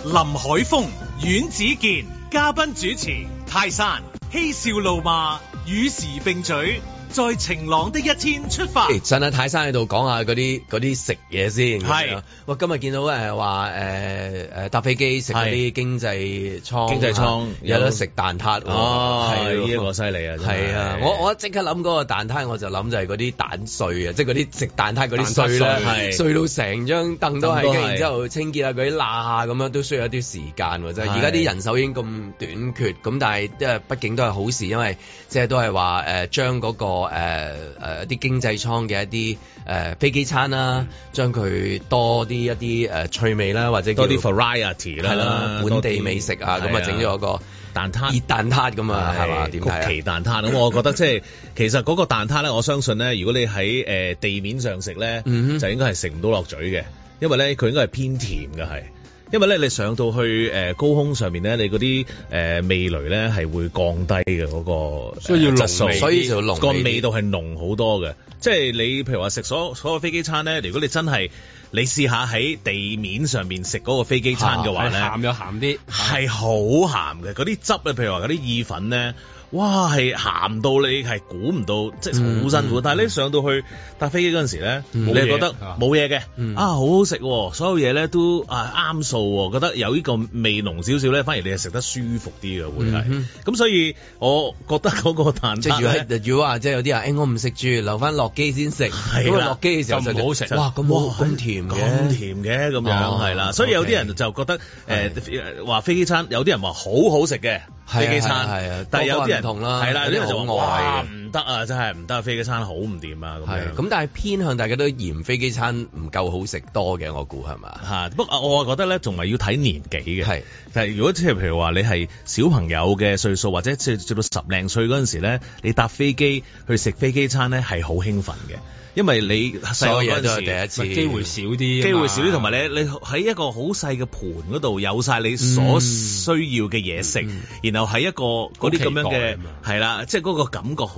Speaker 1: 林海峰、阮子健，嘉賓主持泰山，嬉笑怒罵，與時並舉，在晴朗的一天出發。
Speaker 2: 誒趁阿泰山喺度講下嗰啲嗰啲食嘢先。係，哇！今日見到誒話誒誒搭飛機食嗰啲經濟艙，
Speaker 5: 經濟艙
Speaker 2: 有得食蛋撻喎。
Speaker 5: 哦
Speaker 2: 係喎
Speaker 5: 呢一個犀利啊真係
Speaker 2: 係啊！我我即刻諗嗰個蛋撻，我就諗就係嗰啲蛋碎啊，即係嗰啲食蛋撻嗰啲碎
Speaker 5: 蛋撻碎
Speaker 2: 咧，
Speaker 5: 係
Speaker 2: 碎到成張凳都係，
Speaker 5: 凳都係
Speaker 2: 跟住然之後清潔啊嗰啲罅啊咁樣都需要一啲時間喎。真係
Speaker 5: 係
Speaker 2: 而家啲人手已經咁短缺，咁但係即係畢竟都係好事，因為即係都係話誒將嗰個誒誒一啲經濟艙嘅一啲誒飛機餐啦，
Speaker 5: 嗯
Speaker 2: 將佢多啲一啲誒趣味啦，或者叫
Speaker 5: 多啲 variety 啦
Speaker 2: 係啦，本
Speaker 5: 多啲
Speaker 2: 地美食啊，咁
Speaker 5: 係啊
Speaker 2: 啊整咗個
Speaker 5: 蛋撻
Speaker 2: 熱蛋撻咁啊，係嘛？點睇啊
Speaker 5: 曲奇蛋撻 咁，我覺得即係其實嗰個蛋撻咧，我相信咧，如果你喺誒、呃地面上食咧，
Speaker 2: 嗯
Speaker 5: 就應該係食唔到落嘴嘅，因為咧佢應該係偏甜嘅係。因為咧，你上到去誒、呃高空上面咧，你嗰啲誒味蕾咧係會降低嘅嗰、個，
Speaker 2: 所以要
Speaker 5: 呃
Speaker 2: 濃
Speaker 5: 質素
Speaker 2: 味啲所以就濃
Speaker 5: 個
Speaker 2: 味啲
Speaker 5: 味道係濃好多嘅。即係你譬如話食所所有飛機餐咧，如果你真係你試下喺地面上面食嗰個飛機餐嘅話
Speaker 2: 啊
Speaker 5: 咧，
Speaker 3: 鹹又鹹啲，
Speaker 5: 係好鹹嘅，嗰啲汁啊咧，譬如話嗰啲意粉咧，哇係鹹到你係估唔到，即係好
Speaker 2: 嗯
Speaker 5: 辛苦。但係你上到去搭飛機嗰陣時咧，
Speaker 3: 嗯
Speaker 5: 你係覺得
Speaker 3: 冇
Speaker 5: 冇
Speaker 3: 嘢
Speaker 5: 嘢嘅，
Speaker 2: 嗯
Speaker 5: 啊好好食喎，所有嘢咧都啊啱數喎，覺得有呢個味濃少少咧，反而你係食得舒服啲嘅會係。咁、
Speaker 2: 嗯
Speaker 5: 所以我覺得嗰個蛋
Speaker 2: 即係
Speaker 5: 撻
Speaker 2: 如
Speaker 5: 呢
Speaker 2: 果係如果話即係有啲人，哎誒我唔食住，留翻落機先食。
Speaker 5: 係
Speaker 2: 咁
Speaker 5: 啦
Speaker 2: 啊落機嘅時候
Speaker 3: 就唔好食
Speaker 2: 哇咁好咁甜
Speaker 5: 咁
Speaker 2: 嘅，
Speaker 5: 甜嘅咁
Speaker 2: 哦
Speaker 5: 樣係啦，所以有啲
Speaker 2: OK
Speaker 5: 人就覺得誒話飛機餐，有啲人話好好食嘅
Speaker 2: 係啊
Speaker 5: 飛機餐，
Speaker 2: 係啊係啊
Speaker 5: 但係有啲人
Speaker 2: 個個唔同啦
Speaker 5: 係啦，有
Speaker 2: 有啲
Speaker 5: 啲
Speaker 2: 人
Speaker 5: 人就話
Speaker 2: 好愛嘅
Speaker 5: 哇唔得啊，真係唔得，飛機餐好唔掂啊咁
Speaker 2: 係
Speaker 5: 樣。
Speaker 2: 咁，但係偏向大家都嫌飛機餐唔夠好食多嘅，我估係嘛？
Speaker 5: 嚇，不過呃我覺得咧，仲係要睇年紀嘅。
Speaker 2: 係，
Speaker 5: 但係如果即係譬如話你係小朋友嘅歲數，或者即係至到十零歲嗰陣時咧，你搭飛機去食飛機餐咧係好興奮嘅，因為你細個
Speaker 2: 所有
Speaker 5: 嗰
Speaker 2: 嘢都
Speaker 5: 陣時
Speaker 2: 係第一次，
Speaker 3: 機會少啲啊嘛，
Speaker 5: 機會少啲，同埋你你喺一個好細嘅盤嗰度有晒你所
Speaker 2: 嗯
Speaker 5: 需要嘅嘢食，然後喺一個嗰啲咁樣
Speaker 3: 好期待啊
Speaker 5: 嘅
Speaker 3: 嘛
Speaker 5: 係啦，即係嗰個感覺好。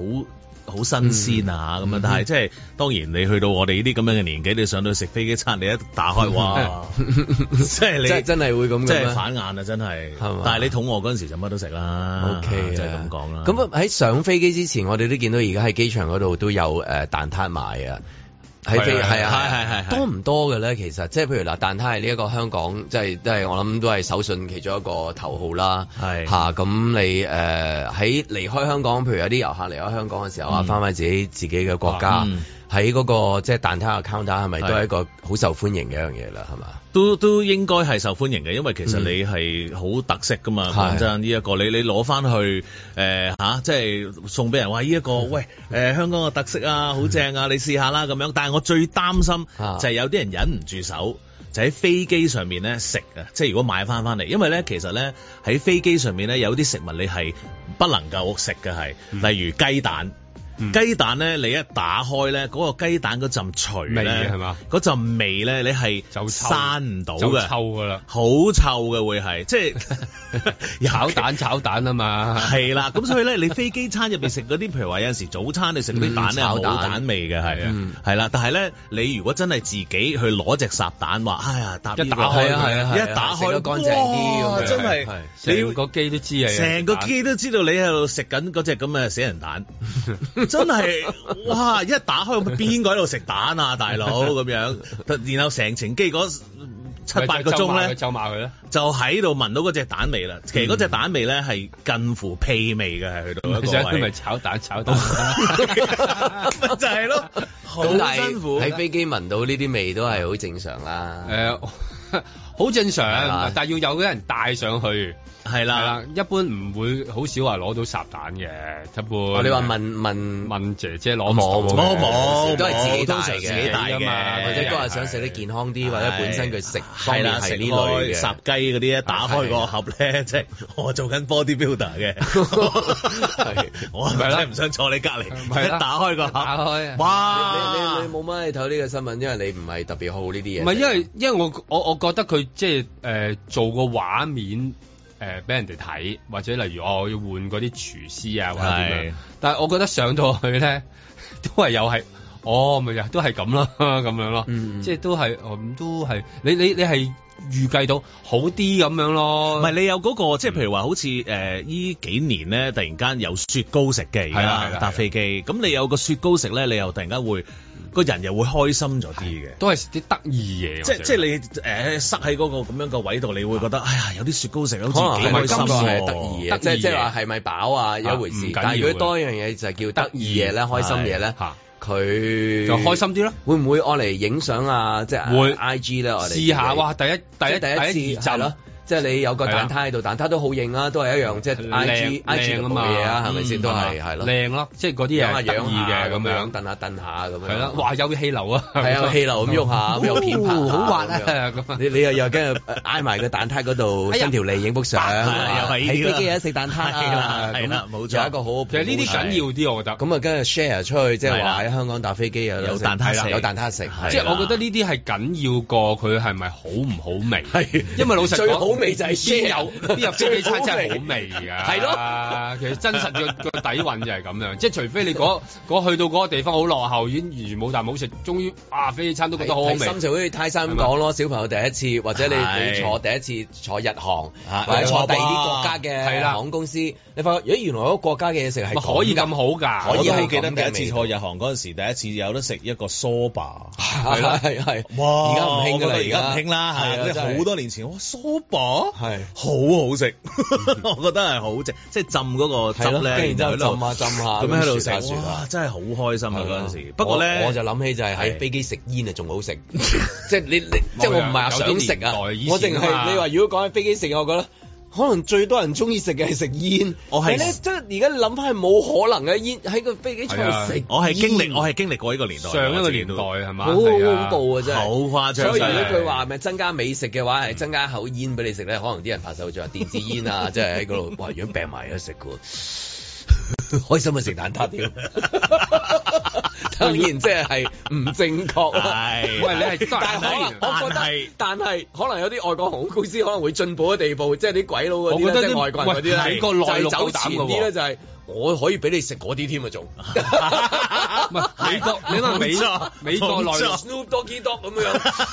Speaker 5: 好新鮮
Speaker 2: 嗯
Speaker 5: 啊咁樣，但係即係當然你去到我哋呢啲咁樣嘅年紀，你上到去食飛機餐，你一打開 哇，即係
Speaker 2: 即係
Speaker 5: 你
Speaker 2: 真係會咁
Speaker 5: 即
Speaker 2: 嘅
Speaker 5: 係
Speaker 2: 咩。
Speaker 5: 反眼啊，真係
Speaker 2: 係嘛。
Speaker 5: 但係你肚餓嗰陣時就乜都食啦
Speaker 2: O K，
Speaker 5: 啊就係咁講啦。
Speaker 2: 啊咁啊喺上飛機之前，我哋都見到而家喺機場嗰度都有誒蛋撻賣啊。喺飛
Speaker 3: 係啊
Speaker 2: 係啊，
Speaker 5: 係係係係
Speaker 2: 多唔多嘅咧？其實即係譬如嗱，蛋撻係呢一個香港，即係都係我諗都係手信其中一個頭號啦。
Speaker 5: 係
Speaker 2: 嚇咁你誒呃喺離開香港，譬如有啲遊客離開香港嘅時候啊，翻返自己自己嘅國家
Speaker 5: 啊嗯，
Speaker 2: 喺嗰個即係蛋撻嘅 counter 係咪都係
Speaker 5: 係
Speaker 2: 一個好受歡迎嘅一樣嘢啦？係嘛？
Speaker 5: 都都應該係受歡迎嘅，因為其
Speaker 3: 嗯
Speaker 5: 實你係好特色噶嘛。
Speaker 2: 係
Speaker 5: 講真，呢一個你你攞翻去誒嚇、呃即係送俾人話呢一個
Speaker 3: 嗯
Speaker 5: 喂誒、呃香港嘅特色啊，好正啊，你試下啦咁樣。但係我最擔心
Speaker 2: 啊
Speaker 5: 就係有啲人忍唔住手。就喺飛機上面咧食啊，即係如果買翻翻嚟，因為咧其實咧喺飛機上面咧有啲食物你係不能夠食嘅係，
Speaker 3: 嗯
Speaker 5: 例如雞蛋。雞蛋咧，你一打開咧，嗰、個雞蛋嗰陣除
Speaker 3: 味
Speaker 5: 咧，
Speaker 3: 係嘛？
Speaker 5: 嗰陣味咧，你係
Speaker 3: 就臭
Speaker 5: 閂唔到
Speaker 3: 就
Speaker 5: 嘅，
Speaker 3: 臭㗎啦，
Speaker 5: 好臭嘅會係，即係
Speaker 3: 炒蛋炒蛋啊嘛，
Speaker 5: 係啦，咁所以咧，你飛機餐入邊食嗰啲，譬如話有陣時早餐你食嗰啲蛋咧
Speaker 2: 嗯炒
Speaker 5: 冇
Speaker 2: 蛋
Speaker 5: 蛋味嘅，係啊
Speaker 2: 嗯，
Speaker 5: 係啦，但係咧，你如果真係自己去攞隻烚蛋話，哎呀，搭呢個
Speaker 3: 一打開
Speaker 2: 係啊係啊係啊
Speaker 5: 一打
Speaker 2: 食
Speaker 5: 開
Speaker 2: 得乾淨啲咁
Speaker 5: 哇
Speaker 2: 樣
Speaker 5: 真係
Speaker 2: 係
Speaker 5: 你要
Speaker 3: 成個機都知係
Speaker 5: 成個機都知道你喺度食緊嗰只咁嘅死人 蛋，真係哇！一打開邊個喺度食蛋啊，大佬咁樣，然後成程機嗰七八個鐘咧。
Speaker 3: 咒罵佢咧，
Speaker 5: 就喺度聞到嗰只蛋味啦。其實嗰只蛋味咧係近乎屁味嘅，係去 到一個
Speaker 3: 佢 咪
Speaker 5: 位，
Speaker 3: 炒蛋炒蛋，
Speaker 5: 咪就係咯，好
Speaker 2: 咁但係
Speaker 5: 辛苦。
Speaker 2: 喺飛機聞到呢啲味都係好正常啦。
Speaker 3: 誒。呃好正
Speaker 2: 係啦
Speaker 3: 常，但係要有啲人帶上去，
Speaker 5: 係
Speaker 3: 係
Speaker 5: 啦，
Speaker 3: 啦，一般唔會好少話攞到烚蛋嘅，一般。
Speaker 2: 哦，你話問問
Speaker 3: 問姐姐攞
Speaker 2: 冇
Speaker 3: 唔
Speaker 2: 冇
Speaker 3: 到
Speaker 5: 冇
Speaker 3: 嘅
Speaker 5: 冇，
Speaker 2: 都係自己帶
Speaker 5: 通常
Speaker 2: 嘅
Speaker 5: 自己帶
Speaker 3: 㗎嘛
Speaker 5: 嘅，
Speaker 2: 或者嗰日想食得健康啲，或者本身佢食方面係呢類
Speaker 5: 烚
Speaker 2: 嘅。
Speaker 5: 雞嗰啲一打開個盒咧，即係我做緊 body builder 嘅，我真係唔想坐你隔離。
Speaker 3: 係啦
Speaker 5: 一打開個盒，
Speaker 3: 打啊開
Speaker 5: 哇！
Speaker 2: 你你你冇乜去睇呢個新聞，因為你唔係特別好呢啲嘢。
Speaker 3: 唔係因為因為我我我覺得佢即係誒、呃做個畫面誒俾、人哋睇，或者例如哦要換嗰啲廚師啊或者點樣
Speaker 5: 係，
Speaker 3: 但係我覺得上到去咧都係有係哦，咪又都係咁啦，咁樣咯， 即係都係，嗯都係，你你你係預計到好啲咁樣咯，
Speaker 5: 唔係你有嗰、個，即係譬如話，好似誒依幾年咧，突然間有雪糕食嘅，而
Speaker 3: 係啦係啦
Speaker 5: 家搭飛機，咁你有個雪糕食咧，你又突然間會個人又會開心咗啲嘅。
Speaker 3: 都係啊啲得意嘢，
Speaker 5: 即即係你誒、塞喺嗰個咁樣嘅位度，你會覺得哎呀有啲雪糕食好似
Speaker 2: 可能
Speaker 5: 幾
Speaker 2: 係咪
Speaker 5: 開
Speaker 2: 今
Speaker 5: 心
Speaker 2: 個係
Speaker 5: 喎，
Speaker 2: 得意嘅，啊即係即係話係咪飽啊一回
Speaker 3: 啊
Speaker 2: 事
Speaker 3: 唔緊。要
Speaker 2: 但係如
Speaker 3: 嘅
Speaker 2: 果多一樣嘢就叫得意嘢咧、開心嘢咧
Speaker 3: 嚇，
Speaker 2: 佢
Speaker 3: 就開心啲咯。
Speaker 2: 會唔會愛嚟影相啊？即係
Speaker 3: 會
Speaker 2: I G 咧，我哋
Speaker 3: 試下，哇！第一
Speaker 2: 即
Speaker 3: 第
Speaker 2: 係
Speaker 3: 一
Speaker 2: 第一次
Speaker 3: 集
Speaker 2: 係咯。即係你有個
Speaker 3: 係啦
Speaker 2: 蛋撻喺度，蛋撻都好型啊，都係一樣，即係 I G
Speaker 3: 靚
Speaker 2: I G
Speaker 3: 靚
Speaker 2: 咁
Speaker 3: 啊
Speaker 2: 嘅
Speaker 3: 嘛，
Speaker 2: 嘢啊，係咪先
Speaker 3: 嗯
Speaker 2: 都係
Speaker 3: 係
Speaker 2: 係咯，
Speaker 3: 靚咯，即係
Speaker 2: 養
Speaker 3: 嗰啲嘢
Speaker 2: 下
Speaker 3: 係得
Speaker 2: 養
Speaker 3: 意
Speaker 2: 下
Speaker 3: 嘅咁樣，
Speaker 2: 蹬下蹬下咁樣，
Speaker 3: 係啦，哇！有氣流啊，
Speaker 2: 係啊，有氣流咁喐下，咁有片拍下
Speaker 3: 哦 好滑啊
Speaker 2: 咁樣
Speaker 3: 咁啊
Speaker 2: 你你又又跟住挨埋個蛋撻嗰度
Speaker 3: 哎呀
Speaker 2: 伸條脷影幅相，
Speaker 5: 啊又係呢啲啦
Speaker 2: 喺飛機啊食蛋撻
Speaker 5: 係啦
Speaker 2: 啊，
Speaker 5: 係啦冇錯
Speaker 2: 有一個好好。
Speaker 3: 其實呢啲緊要啲，我覺得。
Speaker 2: 咁啊，跟住 share 出去，即係
Speaker 5: 係啦
Speaker 2: 話哎喺香港搭飛機啊，
Speaker 5: 有蛋撻食
Speaker 2: 有蛋撻食，
Speaker 5: 係
Speaker 3: 即係
Speaker 5: 啦
Speaker 3: 我覺得呢啲係緊要過佢係咪好唔好味，係因為老實講，
Speaker 2: 最好味就係
Speaker 3: 邊
Speaker 2: share
Speaker 3: 有啲入職機餐真係好味㗎，
Speaker 2: 係
Speaker 3: 咯。其實真實嘅個底韻就係咁樣，即係除非你嗰嗰去到嗰個地方好落後，已經完全冇啖好食，終於啊飛機餐都覺得好好味。啊
Speaker 2: 心情好似泰山咁講咯，小朋友第一次或者你
Speaker 5: 係
Speaker 2: 你坐第一次坐日航
Speaker 5: 啊
Speaker 2: 或者坐第二啲
Speaker 5: 哇
Speaker 2: 國家嘅
Speaker 3: 係啦
Speaker 2: 航空公司，你發覺咦原來嗰個國家嘅嘢食係
Speaker 3: 咪可以
Speaker 2: 㗎
Speaker 3: 咁好㗎，
Speaker 2: 可
Speaker 5: 我
Speaker 2: 以
Speaker 5: 都
Speaker 2: 係
Speaker 5: 好
Speaker 2: 咁
Speaker 5: 記得
Speaker 2: 嘅
Speaker 5: 第一
Speaker 2: 味
Speaker 5: 次
Speaker 2: 道
Speaker 5: 坐日韓嗰陣時，第一次有得食一個 soba。
Speaker 2: 係啦 係係，
Speaker 5: 哇！
Speaker 2: 而家唔興
Speaker 5: 我
Speaker 2: 㗎啦，
Speaker 5: 覺得而家唔興啦，係啊即
Speaker 2: 真
Speaker 5: 係好多年前，哇，soba
Speaker 2: 係
Speaker 5: 好好食，我覺得係好正，即係浸嗰個汁
Speaker 2: 係咯，
Speaker 5: 咧，
Speaker 2: 跟住然之後浸
Speaker 5: 喺度
Speaker 2: 下浸下，
Speaker 5: 咁樣喺度
Speaker 2: 雪下雪
Speaker 5: 食，哇！
Speaker 2: 下。
Speaker 5: 真係好開心啊嗰陣時。不過
Speaker 2: 我
Speaker 5: 咧，
Speaker 2: 我就諗起就係喺
Speaker 5: 係
Speaker 2: 飛機食煙啊，仲好食。 即係你你，即係我唔係話想食啊，
Speaker 3: 有啲年代以前啊
Speaker 2: 我淨
Speaker 3: 嘛
Speaker 2: 係你話如果講喺飛機食，我覺得。可能最多人中意食嘅係食煙，
Speaker 5: 我係
Speaker 2: 但咧，即係而家諗翻係冇可能嘅煙喺個飛機艙
Speaker 3: 係啊
Speaker 2: 度食煙。
Speaker 5: 我係經歷，我係經歷過呢個年代，
Speaker 3: 上一個
Speaker 5: 我自己
Speaker 3: 年
Speaker 5: 都
Speaker 3: 代係嘛？
Speaker 2: 好恐怖啊！真係
Speaker 5: 好誇張。
Speaker 2: 所以如果
Speaker 5: 真係
Speaker 2: 佢話咪增加美食嘅話，係增加口煙俾你食咧，可能啲人拍手掌，電子煙啊，即係喺嗰度，哇！如果病埋咗食嘅喎， 開心啊食蛋撻添，當然即係唔正確啦。
Speaker 5: 係
Speaker 3: 喂你係真係
Speaker 2: 但係可能我
Speaker 5: 但
Speaker 2: 覺得
Speaker 5: 係，
Speaker 2: 但係可能有啲外國航空公司可能會進步嘅地步，即係啲鬼佬嗰啲
Speaker 3: 我覺
Speaker 2: 呢
Speaker 3: 得
Speaker 2: 即係
Speaker 3: 啲
Speaker 2: 外國人嗰啲咧，
Speaker 3: 喂美國內陸
Speaker 2: 就係走
Speaker 3: 夠膽
Speaker 2: 前
Speaker 3: 嘅
Speaker 2: 啲咧
Speaker 3: 喎
Speaker 2: 就係我可以俾你食嗰啲添啊，仲。
Speaker 3: 啊
Speaker 2: 啊
Speaker 3: 唔係美國，你諗下美
Speaker 5: 冇錯
Speaker 3: 美國內
Speaker 5: 冇
Speaker 3: 陸
Speaker 5: 錯
Speaker 2: Snoop Doggy Dog 咁樣，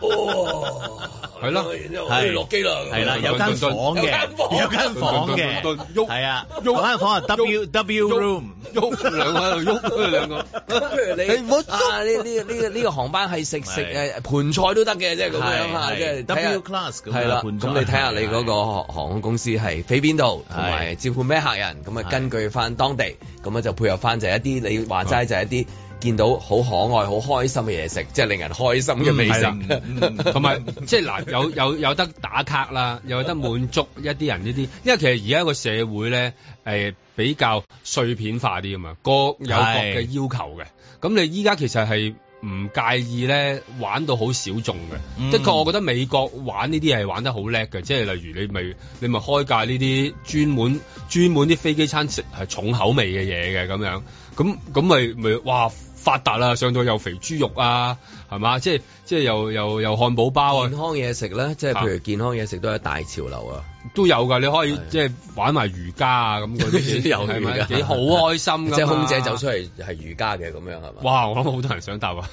Speaker 2: 哦，
Speaker 3: 係咯
Speaker 2: 然之後哎落機啦，
Speaker 5: 係 啦，
Speaker 3: 嗯
Speaker 5: 有間房
Speaker 2: 有
Speaker 5: 嘅
Speaker 2: 間房，
Speaker 5: 有間房嘅
Speaker 3: 嗯嗯嗯，喐
Speaker 5: 係啊，嗰間房係 W W room。
Speaker 3: 喐兩個喺度喐，佢哋兩個。
Speaker 2: 譬如你啊，呢呢呢個呢個航班係食食誒盤菜都得嘅，即係咁樣啊，
Speaker 5: 係
Speaker 2: 即係
Speaker 5: 係
Speaker 2: 睇下
Speaker 5: W class 咁樣
Speaker 2: 係啦。
Speaker 5: 盤
Speaker 2: 咁
Speaker 5: 菜
Speaker 2: 你睇下你嗰個航空公司係飛邊度，同埋招呼咩客人，咁啊
Speaker 5: 係
Speaker 2: 根據翻當地，咁啊就配合翻就係一啲你話齋就係一啲見到好可愛、好開心嘅嘢食，即係令人開心嘅美
Speaker 5: 嗯
Speaker 3: 係
Speaker 2: 食
Speaker 3: 啦。同埋即係嗱，有有有得打卡啦，有得滿足一啲人呢啲，因為其實而家個社會咧，誒、比較碎片化啲啊嘛，各有各嘅要求嘅。咁你依家其實係唔介意咧玩到好小眾嘅，的確我覺得美國玩呢啲係玩得好叻嘅，即係例如你咪你咪開價呢啲專門專門啲飛機餐食係重口味嘅嘢嘅咁樣，咁咁咪咪哇！發達啦，上到又肥豬肉啊，係嘛？即係即係又又又漢堡包啊
Speaker 2: 健，康嘢食咧，即係譬如健康嘢食都係一大潮流啊。
Speaker 3: 都有㗎。你可以
Speaker 2: 係
Speaker 3: 即係玩埋瑜伽啊咁嗰 啲，
Speaker 2: 有
Speaker 3: 係
Speaker 2: 瑜
Speaker 3: 咪
Speaker 2: 伽
Speaker 3: 幾好開心
Speaker 5: 啊
Speaker 3: 㗎嘛
Speaker 2: 即係空姐走出嚟係瑜伽嘅咁樣係嘛？
Speaker 3: 哇！我諗好多人想答啊，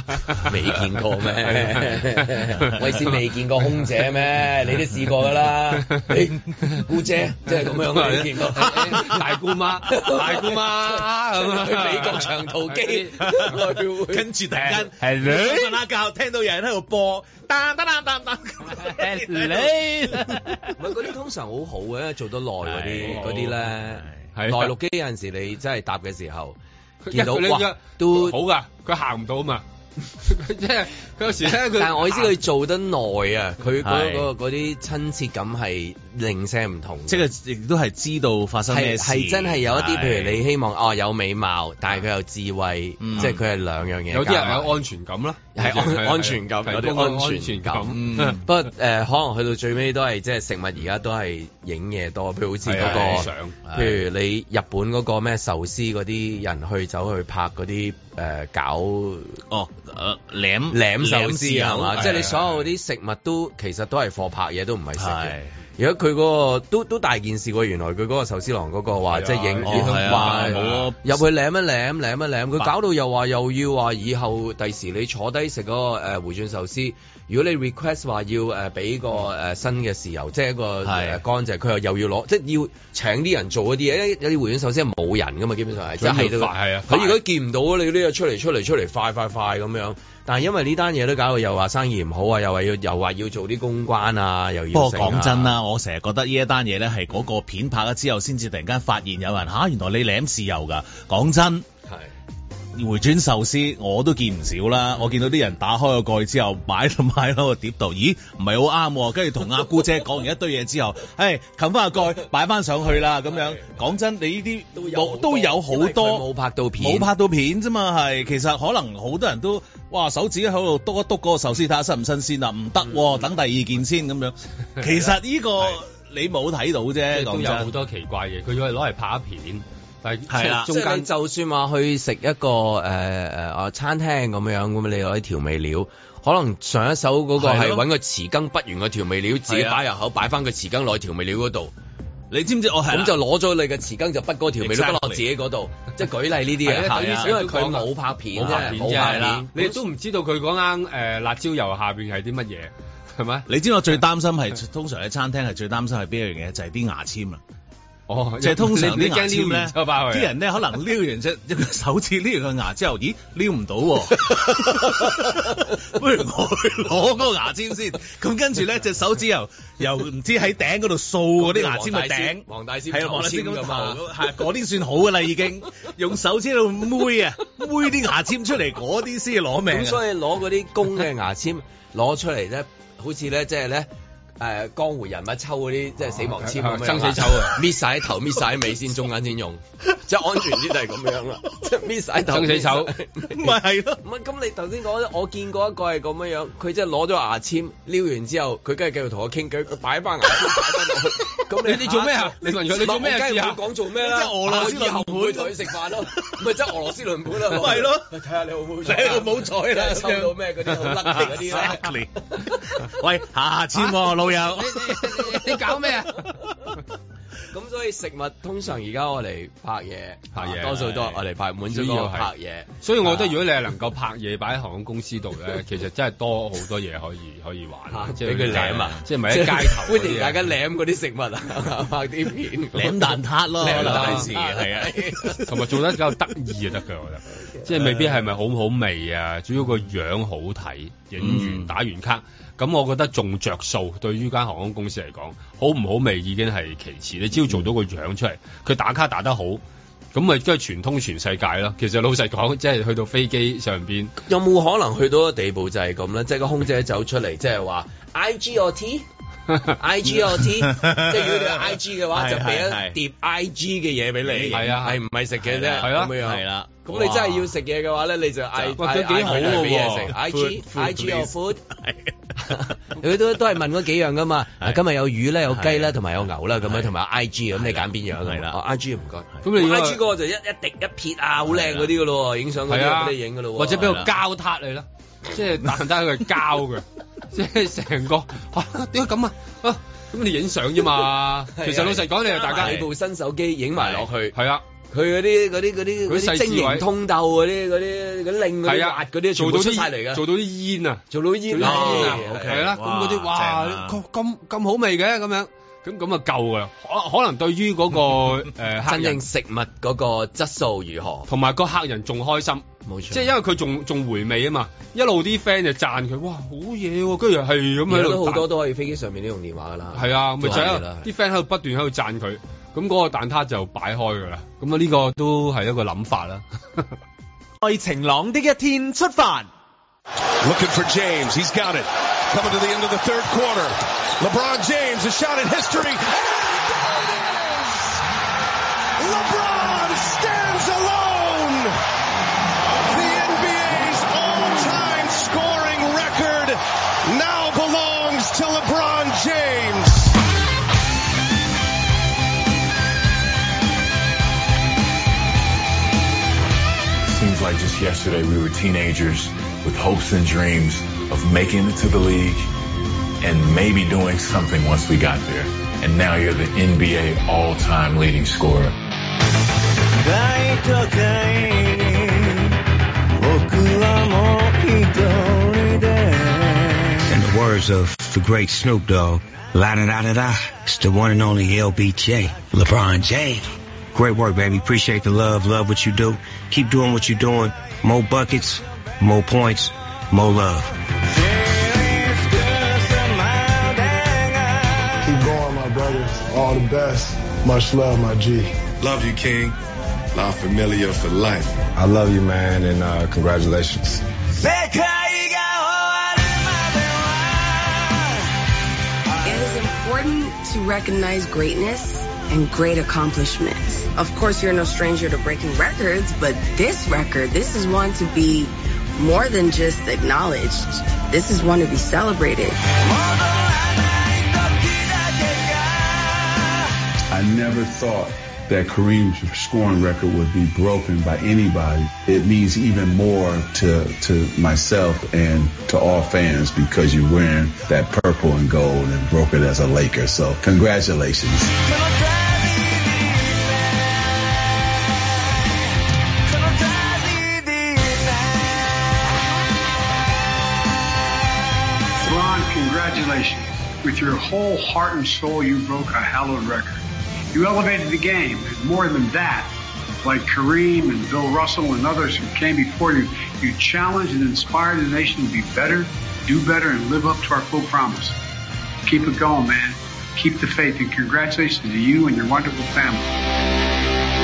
Speaker 2: 未見過
Speaker 3: 係
Speaker 2: 咩
Speaker 3: 啊？
Speaker 2: 喂，先未見過空姐咩？ 你都試過㗎啦，你姑姐即係咁 樣你見過
Speaker 3: 大姑 媽，大姑媽咁啊
Speaker 2: 去美國長途 機來回
Speaker 5: 跟住突然間，
Speaker 3: 係你
Speaker 5: 瞓下覺，聽到有人喺度播，噔噔噔噔噔，
Speaker 2: 唔係嗰啲通常好好嘅，做得耐嗰啲
Speaker 5: 係
Speaker 2: 嗰啲咧，
Speaker 3: 係
Speaker 2: 內陸機有陣時你真係搭嘅時候見到
Speaker 3: 因為佢呢
Speaker 2: 哇都
Speaker 3: 好㗎，佢行唔到啊嘛， 即係佢有時咧佢，
Speaker 2: 但係我意思佢啊做得耐啊，佢嗰
Speaker 5: 係
Speaker 2: 嗰嗰啲親切感係零舍唔同嘅。
Speaker 5: 即係亦都係知道發生咩
Speaker 2: 係
Speaker 5: 事，
Speaker 2: 係真係有一啲，譬如你希望哦有美貌，但係佢有智慧，
Speaker 5: 嗯
Speaker 2: 即係佢係兩樣嘢。
Speaker 3: 有啲人有安全感啦，
Speaker 2: 係安安全感，有啲安
Speaker 3: 安
Speaker 2: 全
Speaker 3: 全
Speaker 2: 感。
Speaker 3: 感。嗯
Speaker 2: 不過誒，呃可能去到最尾都係即係食物，而家都係影嘢多，譬如好似嗰
Speaker 3: 係啊影
Speaker 2: 個
Speaker 3: 相，
Speaker 2: 譬如你日本嗰個咩壽司嗰啲人去走去拍嗰啲誒搞。
Speaker 5: 哦，誒舐
Speaker 2: 舐壽司係嘛？
Speaker 5: 舐
Speaker 2: 即係你所有啲食物都其實都係貨拍嘢，都唔係食嘅
Speaker 5: 係。
Speaker 2: 如果佢嗰個都都大件事喎，原來佢嗰個壽司郎嗰個話即係影
Speaker 5: 哦
Speaker 2: 影
Speaker 5: 係啊
Speaker 2: 話
Speaker 5: 冇啊
Speaker 2: 入去舐一舐舐一舐，佢搞到又話又要話以後第時你坐低食嗰個誒回轉壽司，如果你 request 話要誒俾個誒新嘅豉油，即係一個誒乾淨，佢又又要攞，即係要請啲人做嗰啲嘢，因為有啲回轉壽司係冇人噶嘛，基本上係即
Speaker 3: 佢
Speaker 2: 係
Speaker 3: 要快係啊
Speaker 2: 佢如果見唔到你呢個出嚟出嚟出嚟快快快咁樣。但係因為呢單嘢都搞到又話生意唔好啊，又話要又話要做啲公關啊，又要
Speaker 5: 不過
Speaker 2: 成啊
Speaker 5: 講真啦，我成日覺得呢一單嘢咧係嗰個片拍咗之後，先至突然間發現有人嚇、原來你舐豉油㗎。講真，回轉壽司我都見唔少啦。我見到啲人打開個蓋之後，擺 就擺喺個碟度，咦唔係好啱喎。跟住同阿姑姐講完一堆嘢之後，誒冚翻個蓋擺翻上去啦咁樣。講真，你呢啲冇都有好多
Speaker 2: 冇拍到片，
Speaker 5: 冇拍到片啫嘛，係其實可能好多人都哇手指喺度篤一篤嗰個壽司睇下新唔新鮮啊，唔得
Speaker 3: 嗯
Speaker 5: 喎，等第二件先 咁樣。其實呢個你冇睇到
Speaker 3: 即
Speaker 5: 啫，
Speaker 3: 係都
Speaker 5: 講
Speaker 3: 有好
Speaker 5: 真。
Speaker 3: 多奇怪嘢，佢要係攞嚟拍片，但係
Speaker 5: 係啦
Speaker 3: 即
Speaker 2: 中
Speaker 3: 係中
Speaker 2: 間
Speaker 3: 間
Speaker 2: 就算話去食一個誒誒啊餐廳咁樣咁，你攞啲調味料，可能上一手嗰個係
Speaker 5: 係咯
Speaker 2: 揾個匙羹不完個調味料，自己
Speaker 5: 係啊
Speaker 2: 擺入口，擺翻個匙羹落去調味料嗰度，
Speaker 5: 你知唔知我係
Speaker 2: 咁
Speaker 5: 啦
Speaker 2: 就攞咗你嘅匙羹就不嗰調味料，不落
Speaker 5: Exactly
Speaker 2: 自己嗰度，即係舉例呢啲
Speaker 3: 係
Speaker 2: 嘢，
Speaker 3: 啊等於
Speaker 2: 係啊
Speaker 3: 成日
Speaker 2: 因為
Speaker 3: 都
Speaker 2: 佢
Speaker 3: 講啊
Speaker 2: 冇拍片
Speaker 3: 冇拍
Speaker 2: 啫，
Speaker 3: 片
Speaker 2: 冇
Speaker 3: 啫，
Speaker 2: 拍
Speaker 3: 係
Speaker 2: 片
Speaker 3: 啦，，你都唔知道佢嗰啱誒辣椒油下邊係啲乜嘢，係咪？
Speaker 5: 你知我最擔心係通常喺餐廳係最擔心係邊一樣嘢，就係啲牙籤啊啦。
Speaker 3: 哦，
Speaker 5: 即係通常啲
Speaker 3: 你你
Speaker 5: 牙
Speaker 3: 驚撩
Speaker 5: 籤咧
Speaker 3: 完，之後包佢
Speaker 5: 啊
Speaker 3: 啊
Speaker 5: 啲人咧可能撩完隻 一個手指撩完個牙之後，咦撩唔到喎，不如我去攞嗰個牙籤先。咁跟住咧隻手指又又唔知喺頂嗰度掃嗰啲牙籤咪頂，
Speaker 2: 黃大仙
Speaker 5: 係啊，黃
Speaker 2: 黃大
Speaker 5: 大
Speaker 2: 仙
Speaker 5: 仙
Speaker 2: 咁
Speaker 5: 咁
Speaker 2: 嘛
Speaker 5: 頭，係啊嗰啲算好噶啦已經，用手指喺度搣啊搣啲牙籤出嚟，嗰啲先攞命
Speaker 2: 咁
Speaker 5: 啊。
Speaker 2: 所以攞嗰啲公嘅牙籤攞出嚟咧，好似咧即係咧。誒江湖人物抽嗰啲即係死亡籤咁樣，
Speaker 3: 生啊死抽 啊！
Speaker 2: 搣晒頭，搣晒尾先，中間先用，即係安全啲就係咁樣啦，即係搣晒頭，
Speaker 3: 生死抽
Speaker 5: 咪係 咯，
Speaker 2: 唔係咁，你頭先講我見過一個係咁樣樣，佢即係攞咗牙籤撩完之後，佢梗係繼續同我傾偈，佢擺翻牙籤擺翻落去。咁
Speaker 3: 你你做咩啊你問佢你做咩啊
Speaker 2: 我梗係
Speaker 3: 試下
Speaker 2: 唔會講做咩啦，啊
Speaker 5: 即係俄羅斯輪盤啊
Speaker 2: 我以後唔會同佢食飯咯，咪即係俄羅斯輪盤啦。
Speaker 5: 咪係咯
Speaker 2: 睇下你好唔好彩啊，
Speaker 5: 你好冇彩啦
Speaker 2: 睇下抽到咩嗰啲好 lucky 嗰啲啦。
Speaker 5: Exactly 喂牙籤喎老友，
Speaker 3: 你你搞咩 啊？
Speaker 2: 咁所以食物通常而家我嚟拍嘢，啊
Speaker 3: 拍嘢
Speaker 2: 多數都係我嚟拍滿足嗰
Speaker 3: 主
Speaker 2: 個
Speaker 3: 要係
Speaker 2: 拍嘢。
Speaker 3: 所以我覺得如果你係能夠拍嘢擺喺航空公司度咧，其實真係多好多嘢可以可以
Speaker 2: 嚇
Speaker 3: 玩，即
Speaker 2: 俾
Speaker 3: 係
Speaker 2: 佢舐啊！
Speaker 3: 即係咪喺街頭嗰啲
Speaker 2: 歡迎大家舐嗰啲食物啊， 拍啲片哦
Speaker 5: 舐蛋撻咯，
Speaker 2: 舐
Speaker 5: 可能
Speaker 2: 蛋
Speaker 5: 第時係啊。
Speaker 2: 啊
Speaker 3: 同埋做得夠得意就啊得㗎，我覺得，即係未必係咪好唔好味啊，主要個樣好睇，影
Speaker 2: 嗯
Speaker 3: 完打完卡，咁我覺得仲着數。對於間航空公司嚟講，好唔好味已經係其次，你只要做到個樣出嚟，佢打卡打得好。咁咪即係全通全世界咯。其實老實講，即係去到飛機上 邊，
Speaker 2: 有冇可能去到個地步就係咁咧？即係個空姐走出嚟，即係話 I G or T。I G or T，即係如果你 I G 嘅話，
Speaker 5: 係
Speaker 2: 就俾
Speaker 5: 係
Speaker 2: 一
Speaker 5: 係
Speaker 2: 碟 I G 嘅嘢俾你。
Speaker 3: 係啊
Speaker 2: 係唔係食嘅啫？
Speaker 3: 係啦
Speaker 2: 咁樣
Speaker 5: 係啦
Speaker 2: 咁你真係要食嘢嘅話咧，你就 I
Speaker 3: 哇佢幾好喎
Speaker 2: 俾嘢食。I G
Speaker 5: Food- food
Speaker 2: I G or
Speaker 5: please
Speaker 2: food，佢 都都係問嗰幾樣噶嘛。啊
Speaker 5: 係
Speaker 2: 今日有魚咧，有雞啦，
Speaker 5: 係
Speaker 2: 同埋有牛啦，咁樣
Speaker 5: 係
Speaker 2: 同埋 I G 啊咁，你揀邊樣？哦
Speaker 5: 係啦
Speaker 2: ，I G 唔該。
Speaker 3: 咁你如果
Speaker 2: I G 嗰個就一一滴一撇啊，好靚嗰啲噶咯喎，影相嗰
Speaker 3: 係
Speaker 2: 啲
Speaker 3: 啊，
Speaker 2: 俾你影噶咯喎，
Speaker 3: 或者俾
Speaker 2: 係
Speaker 3: 個
Speaker 2: 啦
Speaker 3: 膠撻你啦，即係蛋撻佢 係膠嘅，即係成個 嚇點解咁啊？啊咁你影相啫嘛，
Speaker 2: 係啊
Speaker 3: 其實老實講，你係大家
Speaker 2: 你部新手機影埋落去，
Speaker 3: 係啊。
Speaker 2: 佢嗰啲嗰啲嗰啲嗰
Speaker 3: 嗰啲
Speaker 2: 啲
Speaker 3: 細緻位
Speaker 2: 晶瑩通透嗰啲嗰啲嗰啲令嗰
Speaker 3: 係
Speaker 2: 啲
Speaker 3: 啊
Speaker 2: 滑，嗰啲全
Speaker 3: 做
Speaker 2: 部
Speaker 3: 到
Speaker 2: 出
Speaker 3: 啲
Speaker 2: 晒嚟㗎，
Speaker 3: 做到啲煙啊，
Speaker 2: 做到煙
Speaker 3: 做到
Speaker 5: 啲
Speaker 3: 煙
Speaker 5: 煙啊
Speaker 3: 啊
Speaker 2: 係
Speaker 5: OK
Speaker 3: 係啦，
Speaker 5: 哇
Speaker 3: 咁嗰啲
Speaker 5: 正
Speaker 3: 哇
Speaker 5: 啊
Speaker 3: 咁咁咁好味嘅咁樣，咁咁啊夠㗎啦。可可能對於嗰 個誒客
Speaker 2: 真正
Speaker 3: 人，
Speaker 2: 食物嗰個質素如何？
Speaker 3: 同埋個客人仲開心，
Speaker 2: 冇錯，
Speaker 3: 即係因為佢仲仲回味啊嘛，一路啲 friend 就讚佢，哇好嘢喎，跟住係咁
Speaker 2: 咁
Speaker 3: 喺
Speaker 2: 都
Speaker 3: 度
Speaker 2: 好
Speaker 3: 彈
Speaker 2: 多都可以飛機上面都用電話㗎啦。
Speaker 3: 係啊，咪就係
Speaker 2: 都係啦
Speaker 3: 啊啲 friend 喺度不斷喺度讚佢，咁嗰個蛋撻就擺開㗎啦。咁啊呢個都係一個諗法啦。
Speaker 4: 在晴朗的一天出發。
Speaker 11: Looking for James. He's got it. Coming to the end of the third quarter. LeBron James, a shot in history. And there it is! LeBron stands alone! The NBA's all-time scoring record now belongs to LeBron James.
Speaker 12: Seems like just yesterday we were teenagers with hopes and dreams of making it to the league
Speaker 13: and maybe doing something once we got there. And now you're the NBA all-time leading scorer.
Speaker 14: 大都会僕はもう一人で
Speaker 15: In the words of the great Snoop Dogg, la da da da da, it's the one and only LBJ, LeBron James. Great work, baby. Appreciate the love. Love what you do. Keep doing what you're doing. More buckets, more points, more love.
Speaker 16: Keep going, my brother. All the best. Much love, my G.
Speaker 17: Love you, King. La Familia for life.
Speaker 16: I love you, man, and uh, congratulations.
Speaker 14: 世界が終わるまでは
Speaker 8: It is important to recognize greatness and great accomplishments. Of course, you're no stranger to breaking records, but this record, this is one to be more than just acknowledged. This is one to be celebrated.
Speaker 18: I never thought that Kareem's scoring record would be broken by anybody. It means even more to to myself and to all fans because you're wearing that purple and gold and broke it as a Laker. So congratulations.
Speaker 10: Ron, congratulations. With your whole heart and soul, you broke a hallowed record. You elevated the game, and more than that, like Kareem and Bill Russell and others who came before you, you challenged and inspired the nation to be better, do better, and live up to our full promise. Keep it going, man. Keep the faith, and congratulations to you and your wonderful family.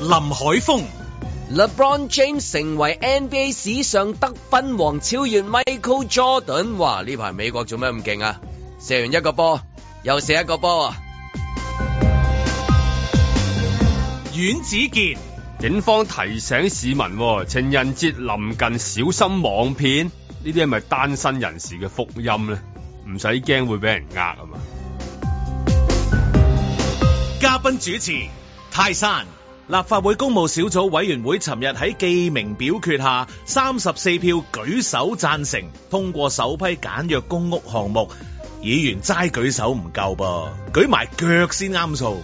Speaker 2: 林海峰。LeBron James 成為 NBA 史上得分王，超越 Michael Jordan。哇！呢排美國做咩咁勁啊？射完一個波，又射一個波啊！
Speaker 3: 阮子健，警方提醒市民喎，情人節臨近，小心網騙。呢啲係咪單身人士嘅福音咧？唔使驚會俾人呃啊嘛！
Speaker 5: 嘉賓主持泰山。立法會公務小組委員會尋日喺記名表決下，三十四票舉手贊成通過首批簡約公屋項目。議員齋舉手唔夠噃，舉埋腳先啱數。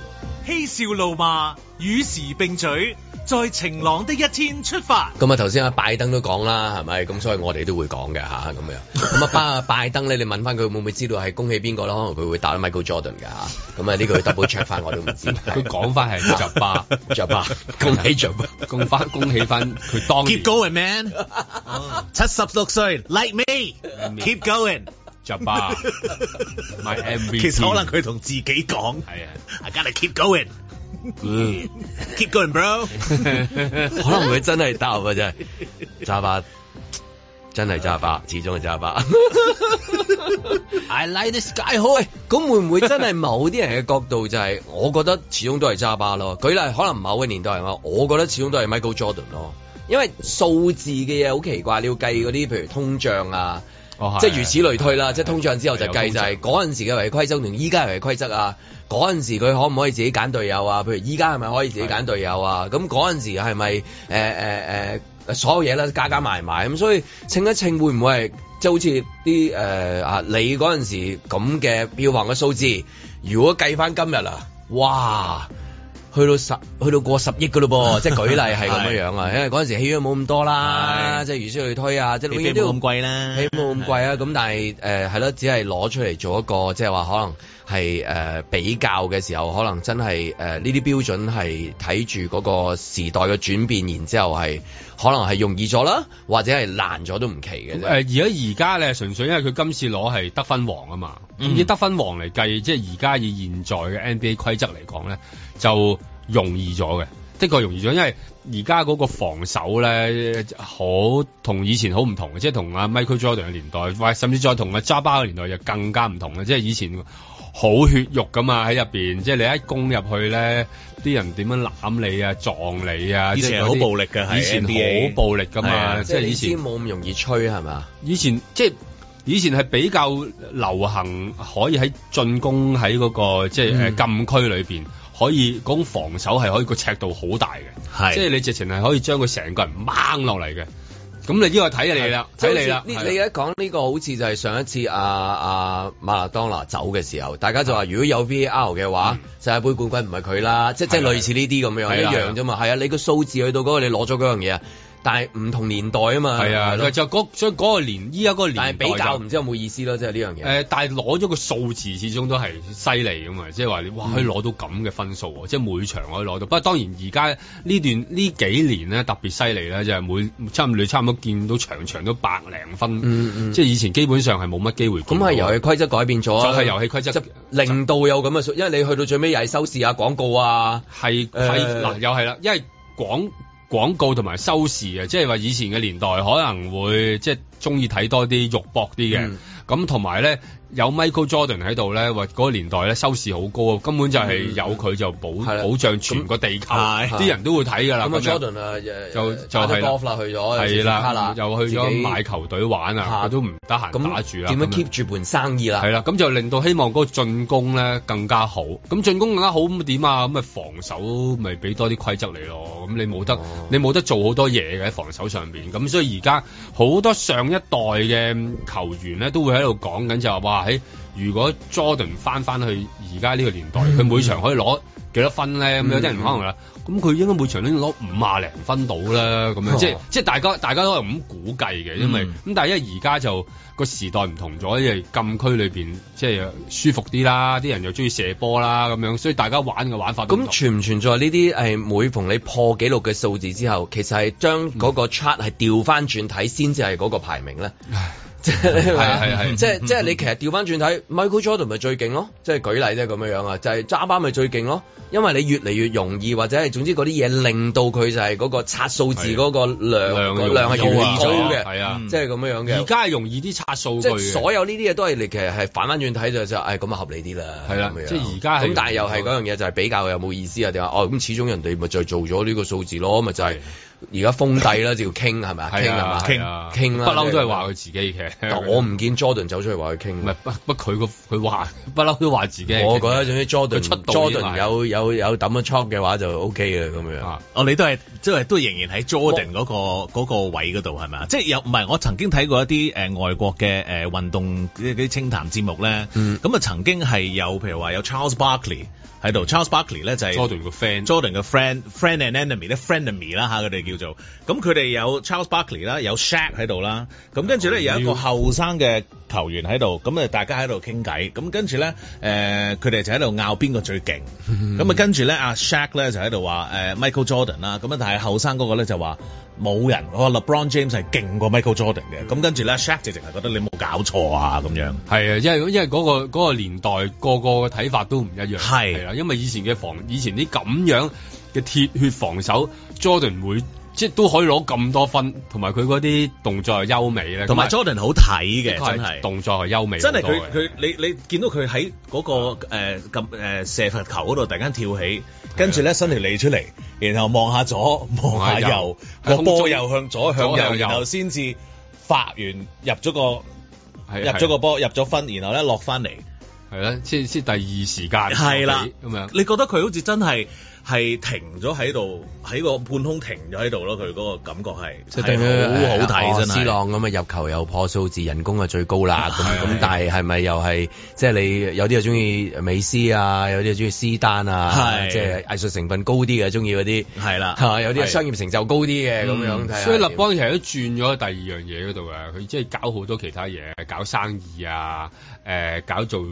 Speaker 5: 嬉笑怒罵，與時並舉，在晴朗的一天出發。
Speaker 2: 咁啊，頭先阿拜登都講啦，係咪？咁所以我哋都會講嘅吓，咁樣。咁啊， 巴拜登咧，你問翻佢會唔會知道係恭喜邊個咯？可能佢會打 Michael Jordan 㗎吓。咁啊，呢個 double check 翻我都唔 知。佢
Speaker 3: 講翻係着 巴，
Speaker 2: 着 巴，恭喜着巴，
Speaker 3: 恭翻恭喜翻佢當年哦
Speaker 5: Keep going, man！七十六歲，like me，keep going。
Speaker 3: 着 巴，my MVP。
Speaker 5: 其實可能佢同自己講，
Speaker 3: 係啊
Speaker 5: ，I gotta keep going。
Speaker 2: 嗯
Speaker 5: Keep going, bro。
Speaker 2: 可能佢真係答啊，真係揸把，真係揸把，始終係揸把。I like this guy 好喂，咁會唔會真係某啲人嘅角度就係、我覺得始終都係揸把咯。舉例，可能某個年代人話，我覺得始終都係 Michael Jordan 咯，因為數字嘅嘢好奇怪，你要計嗰啲譬如通脹啊。
Speaker 3: 哦
Speaker 2: 即
Speaker 3: 係
Speaker 2: 係如此類推啦，即係通脹之後就
Speaker 3: 係有
Speaker 2: 計就係嗰陣時嘅違規規則同依家嘅違規規則啊，嗰陣時佢可唔可以自己揀隊友啊？譬如依家係咪可以自己揀隊友啊？咁嗰陣時係咪誒誒誒所有嘢咧加加埋埋咁？所以稱一稱會唔會係即係好似啲誒啊你嗰陣時咁嘅票房嘅數字，如果計翻今日啊，哇！去到十，去到過十億噶咯噃，即係舉例係咁樣樣啊，因為嗰陣時戲院冇咁多啦，即係如此類推啊，即係
Speaker 5: 你
Speaker 2: 永
Speaker 5: 飛
Speaker 2: 遠都要
Speaker 5: 冇咁貴啦，
Speaker 2: 起冇咁貴啊，咁但係誒係咯，只係攞出嚟做一個即係話可能係誒、呃比較嘅時候，可能真係誒呢啲標準係睇住嗰個時代嘅轉變，然之後係可能係容易咗啦，或者係難咗都唔奇嘅啫。
Speaker 3: 誒而家呃而家咧，純粹因為佢今次攞係得分王啊嘛，咁、
Speaker 5: 嗯
Speaker 3: 以得分王嚟計，即係而家以現在嘅 NBA 規則嚟講咧，就容易咗嘅，的確容易咗，因為而家嗰個防守咧，好同以前好唔啊同嘅，即係同阿 Michael Jordan 嘅年代，或甚至再同阿 Jabba 嘅年代就更加唔同嘅，即係以前。好血肉噶嘛喺入邊，即係你一攻入去咧，啲人點樣攬你啊、撞你啊，
Speaker 5: 以前
Speaker 3: 即係嗰啲
Speaker 5: 好暴力㗎係
Speaker 3: 以前
Speaker 5: NBA
Speaker 3: 好暴力噶
Speaker 5: 係啊
Speaker 3: 嘛，
Speaker 5: 即係
Speaker 3: 即係以
Speaker 5: 你
Speaker 3: 前
Speaker 5: 知
Speaker 2: 冇咁容易吹係啊嘛？
Speaker 3: 以前即係。以前係比較流行，可以喺進攻喺嗰、個即係誒
Speaker 5: 嗯
Speaker 3: 禁區裏邊，可以嗰種防守係可以個尺度好大嘅，
Speaker 5: 係
Speaker 3: 即係你直情係可以將佢成個人掹落嚟嘅。咁你呢個睇你啦，睇你啦，
Speaker 2: 呢
Speaker 3: 係啦
Speaker 2: 你而家講呢個好似就係上一次阿阿馬拉當拿走嘅時候，大家就
Speaker 3: 啊
Speaker 2: 話如果有 VAR 嘅話，世界盃冠軍唔係佢啦，即即係類似呢啲咁樣
Speaker 3: 嗯係
Speaker 2: 一
Speaker 3: 啦
Speaker 2: 樣啫嘛。係啊，你個數字去到嗰個，你攞咗嗰樣嘢啊，但係唔同年代啊嘛。
Speaker 3: 係啊就嗰所以嗰個年依家嗰個年代
Speaker 2: 但係比較
Speaker 3: 就
Speaker 2: 唔知有冇意思咯，即係呢樣嘢。
Speaker 3: 誒、但係攞咗個數字，始終都係犀利㗎啊嘛，即係話你哇可以攞到咁嘅分數喎，即係每場可以攞到。不過當然而家呢段呢幾年咧特別犀利啦，就係、每差唔多你差唔多見到場場都百零分，
Speaker 2: 嗯嗯
Speaker 3: 即係以前基本上係冇乜機會見
Speaker 2: 咁
Speaker 3: 到啊。
Speaker 2: 係遊戲規則改變咗啊，
Speaker 3: 就係遊戲規則
Speaker 2: 就令到有咁嘅數，因為你去到最尾又係收視啊、廣告啊，
Speaker 3: 係係嗱，又係啦，因為廣廣告同埋收視啊，即係話以前嘅年代可能會即係中意睇多啲肉搏啲
Speaker 2: 嗯
Speaker 3: 嘅，咁同埋咧有 Michael Jordan 喺度咧，或嗰個年代咧收視好高啊，根本就
Speaker 2: 嗯
Speaker 3: 係有佢就保保障全個地球，啲人都會睇㗎啦。
Speaker 2: 咁啊
Speaker 3: 樣
Speaker 2: Jordan 啊，
Speaker 3: 就就係
Speaker 2: g
Speaker 3: 啦
Speaker 2: o 啦，去咗
Speaker 3: 係
Speaker 2: 卡啦
Speaker 3: 啦，，又去
Speaker 2: 自
Speaker 3: 咗
Speaker 2: 己
Speaker 3: 買球隊玩啊，佢都唔得閒打住啦。
Speaker 2: 點樣
Speaker 3: 咁
Speaker 2: keep 住盤生意啦？
Speaker 3: 係啦，咁就令到希望嗰個進攻咧更加好。咁進攻更加好咁點啊？咁咪防守咪俾多啲規則你咯。咁你冇
Speaker 2: 哦
Speaker 3: 得、你冇得做好多嘢嘅喺防守上邊。咁所以而家好多上一代嘅球員咧都會喺度講緊就話：哇！喺如果 Jordan 翻翻去而家呢個年代，
Speaker 2: 嗯
Speaker 3: 佢、每場可以攞幾多分咧？咁、有啲人可能啦，咁佢應該每場都攞五啊零分到啦，咁樣、即係
Speaker 5: 哦
Speaker 3: 即係大家大家都係咁估計嘅，因
Speaker 2: 嗯
Speaker 3: 為咁、但係因為而家就個時代唔同咗，因為禁區裏邊即係舒服啲啦，啲人又中意射波啦咁樣，所以大家玩嘅玩法都唔
Speaker 2: 咁
Speaker 3: 同
Speaker 2: 存唔存在呢啲係每逢你破紀錄嘅數字之後，其實係將
Speaker 3: 嗯
Speaker 2: 嗰個 chart 係調翻轉睇先至係嗰個排名咧？即係
Speaker 3: 係嗯係係
Speaker 2: 即係即係你其實調翻轉睇，Michael Jordan 咪最勁咯，即係舉例啫咁樣樣啊，就係揸巴咪最勁咯，因為你越嚟越容易或者係總之嗰啲嘢令到佢就係嗰個刷數字嗰個量
Speaker 3: 量
Speaker 2: 個量係越嚟
Speaker 3: 容易
Speaker 2: 越
Speaker 3: 咗
Speaker 2: 高嘅，
Speaker 3: 係啊
Speaker 2: 即係咁樣樣嘅。
Speaker 3: 而家係容易啲刷數
Speaker 2: 即
Speaker 3: 據
Speaker 2: 係
Speaker 3: 嘅
Speaker 2: 所有呢啲嘢都係你其實係反翻轉睇就就誒咁啊合理啲啦，係啦
Speaker 3: 即係而家係
Speaker 2: 咁，但係又係嗰樣嘢就係比較有冇意思啊？定話哦咁始終人哋咪就係做咗呢個數字咯，咪就係而家封帝啦，就要傾係咪啊？傾
Speaker 3: 係
Speaker 2: 係
Speaker 3: 啊
Speaker 2: 嘛？
Speaker 3: 係啊
Speaker 2: 傾啦，
Speaker 3: 不嬲都係
Speaker 2: 即
Speaker 3: 話佢自己嘅。
Speaker 2: 但 我唔見 Jordan 走出嚟話佢傾，唔係
Speaker 3: 不不佢個佢話不嬲都話自己係
Speaker 2: 我
Speaker 3: 傾
Speaker 2: 覺得總之 Jordan
Speaker 3: 佢出道已經
Speaker 2: Jordan
Speaker 3: 係啊
Speaker 2: 有有有抌咗 chok 嘅話就 OK 嘅咁樣。
Speaker 5: 哦，你都係即係都仍然喺 Jordan 嗰、個嗰個位嗰度係咪啊？即係有唔係？我曾經睇過一啲誒、呃外國嘅誒、呃、運動啲啲清談節目咧，咁啊、曾經係有譬如話有 Charles Barkley 喺度，Charles Barkley 咧就係、
Speaker 3: Jordan 個
Speaker 5: friend，Jordan 嘅 friend，friend and enemy 咧，friendemy 啦嚇，佢哋叫做咁佢哋有 Charles Barkley 啦，有 Shaq 喺度啦，咁跟
Speaker 3: Oh，
Speaker 5: 住咧有一個後生嘅球員喺度，咁啊大家喺度傾偈，咁跟住咧誒佢哋就喺度拗邊個最勁。
Speaker 3: 嗯
Speaker 5: 咁啊，跟住咧，阿 Shaq 咧就喺度話誒 Michael Jordan 啦，咁啊，但係後生嗰個咧就話冇人，我話 LeBron James 係勁過 Michael Jordan 嘅，咁跟住咧 Shaq 就直係覺得你冇搞錯啊咁樣。
Speaker 3: 係啊，因為因為嗰、個嗰個年代個個嘅睇法都唔一樣，係啦，因為以前嘅防以前啲咁樣嘅鐵血防守，Jordan 會即係都可以攞咁多分，同埋佢嗰啲動作係優美咧，
Speaker 5: 同埋 Jordan 好睇嘅，
Speaker 3: 的確係
Speaker 5: 真係
Speaker 3: 動作係優美好
Speaker 5: 真
Speaker 3: 多
Speaker 5: 係
Speaker 3: 嘅，
Speaker 5: 佢佢你你見到佢喺嗰個誒咁誒射罰球嗰度突然間跳起，跟住咧伸條脷出嚟，然後望下左啊望下右，
Speaker 3: 喺
Speaker 5: 個
Speaker 3: 空中
Speaker 5: 波又向左向
Speaker 3: 左
Speaker 5: 右，
Speaker 3: 向右
Speaker 5: 然後先至發完入咗個
Speaker 3: 係
Speaker 5: 入咗個波入咗分，然後咧落翻嚟。
Speaker 3: 係啦，先先第二時間
Speaker 5: 係啊啦
Speaker 3: 咁樣。
Speaker 5: 你覺得佢好似真係係停咗喺度，喺個半空停咗喺度咯？佢嗰個感覺係
Speaker 2: 即係
Speaker 5: 係
Speaker 2: 等於
Speaker 5: 好好睇
Speaker 2: 哦
Speaker 5: 真
Speaker 2: C
Speaker 5: 係。
Speaker 2: 朗咁啊，入球又破數字，人工啊最高啦。咁咁，但係係咪又係即係你有啲又中意美斯啊，有啲又中意斯丹啊，
Speaker 3: 係
Speaker 2: 即係藝術成分高啲嘅，中意嗰啲
Speaker 5: 啊係啦
Speaker 2: 嚇有啲商業成就高啲嘅咁樣睇下。
Speaker 3: 所以立邦其實都轉咗第二樣嘢嗰度啊，佢即係搞好多其他嘢，搞生意啊，誒、搞做誒、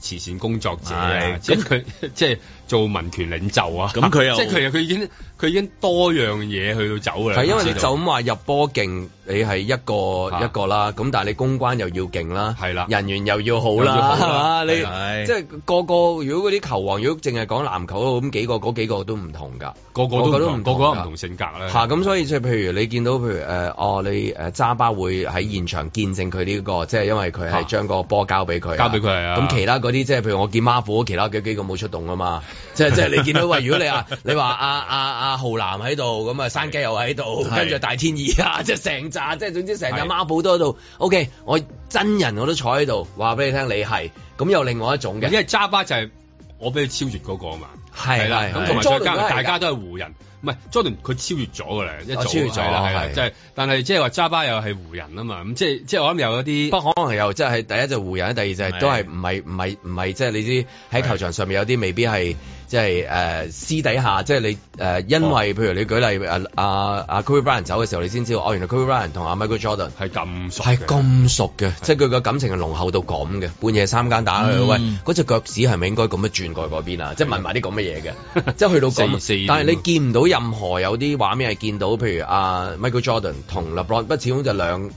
Speaker 3: 慈善工作者啊，
Speaker 5: 係
Speaker 3: 即係佢即係做民權領袖啊，
Speaker 5: 咁佢又
Speaker 3: 即係佢佢已經佢已經多樣嘢去到走㗎啦。
Speaker 2: 係因為你
Speaker 3: 知道
Speaker 2: 就咁話入波勁，你係一個一個啦，咁但係你公關又要勁啦，係啦，人緣又要好
Speaker 3: 又要
Speaker 2: 啦，
Speaker 3: 好
Speaker 2: 係嘛？
Speaker 3: 啦
Speaker 2: 你
Speaker 3: 係
Speaker 2: 即係個個如果嗰啲球王，如果淨係講籃球咁幾個，嗰幾個都唔同㗎，
Speaker 3: 個個都唔同，個個都唔
Speaker 2: 㗎
Speaker 3: 同性格咧。
Speaker 2: 嚇咁，所以即係譬如你見到譬如誒、呃哦，你誒揸巴會喺現場見證佢呢、個，即係因為佢係將個波交俾佢啊，
Speaker 3: 交俾佢係啊
Speaker 2: 咁其他嗰啲即係譬如我見馬虎，其他幾幾個冇出動啊嘛，即 係即係你見到喂，如果你啊你話 阿阿阿浩南喺度，咁啊山雞又喺度，
Speaker 3: 係
Speaker 2: 跟住大天二啊，即係成扎，即係總之成扎孖寶都喺度。OK，我真人我都坐喺度，話俾你聽你係，咁有另外一種嘅，
Speaker 3: 因為揸巴就係我俾佢超越嗰個啊嘛，
Speaker 2: 係
Speaker 3: 啦，
Speaker 2: 係
Speaker 3: 咁同埋
Speaker 2: Jordan 都係
Speaker 3: 再加埋大
Speaker 2: 㗎
Speaker 3: 家都係湖人，唔係 Jordan 佢超越咗㗎啦，一
Speaker 2: 哦
Speaker 3: 早
Speaker 2: 超越咗
Speaker 3: 係啦係啦，
Speaker 2: 係
Speaker 3: 即係但係即係話揸巴又係湖人啊嘛，咁即係即係我諗有一啲
Speaker 2: 不過可能又即係第一就湖人，第二就係都係唔係唔係唔係即係你知喺球場上面有啲未必係即係誒私底下即係你誒、呃因為譬如你舉例誒阿阿 Kobe Bryant 走嘅時候，你先知道哦原來 Kobe Bryant 同阿 Michael Jordan
Speaker 3: 係咁熟
Speaker 2: 係咁熟嘅，即係佢個感情係濃厚到咁嘅，半夜三更打去、
Speaker 3: 嗯
Speaker 2: 喂嗰隻腳趾係咪應該咁樣轉過去嗰邊啊？即係問埋啲咁嘅嘢嘅， 即係去到咁。
Speaker 3: 四四
Speaker 2: 但係你見唔到任何有啲畫面係見到，譬如阿 Michael Jordan 同 LeBron，不過始終就兩。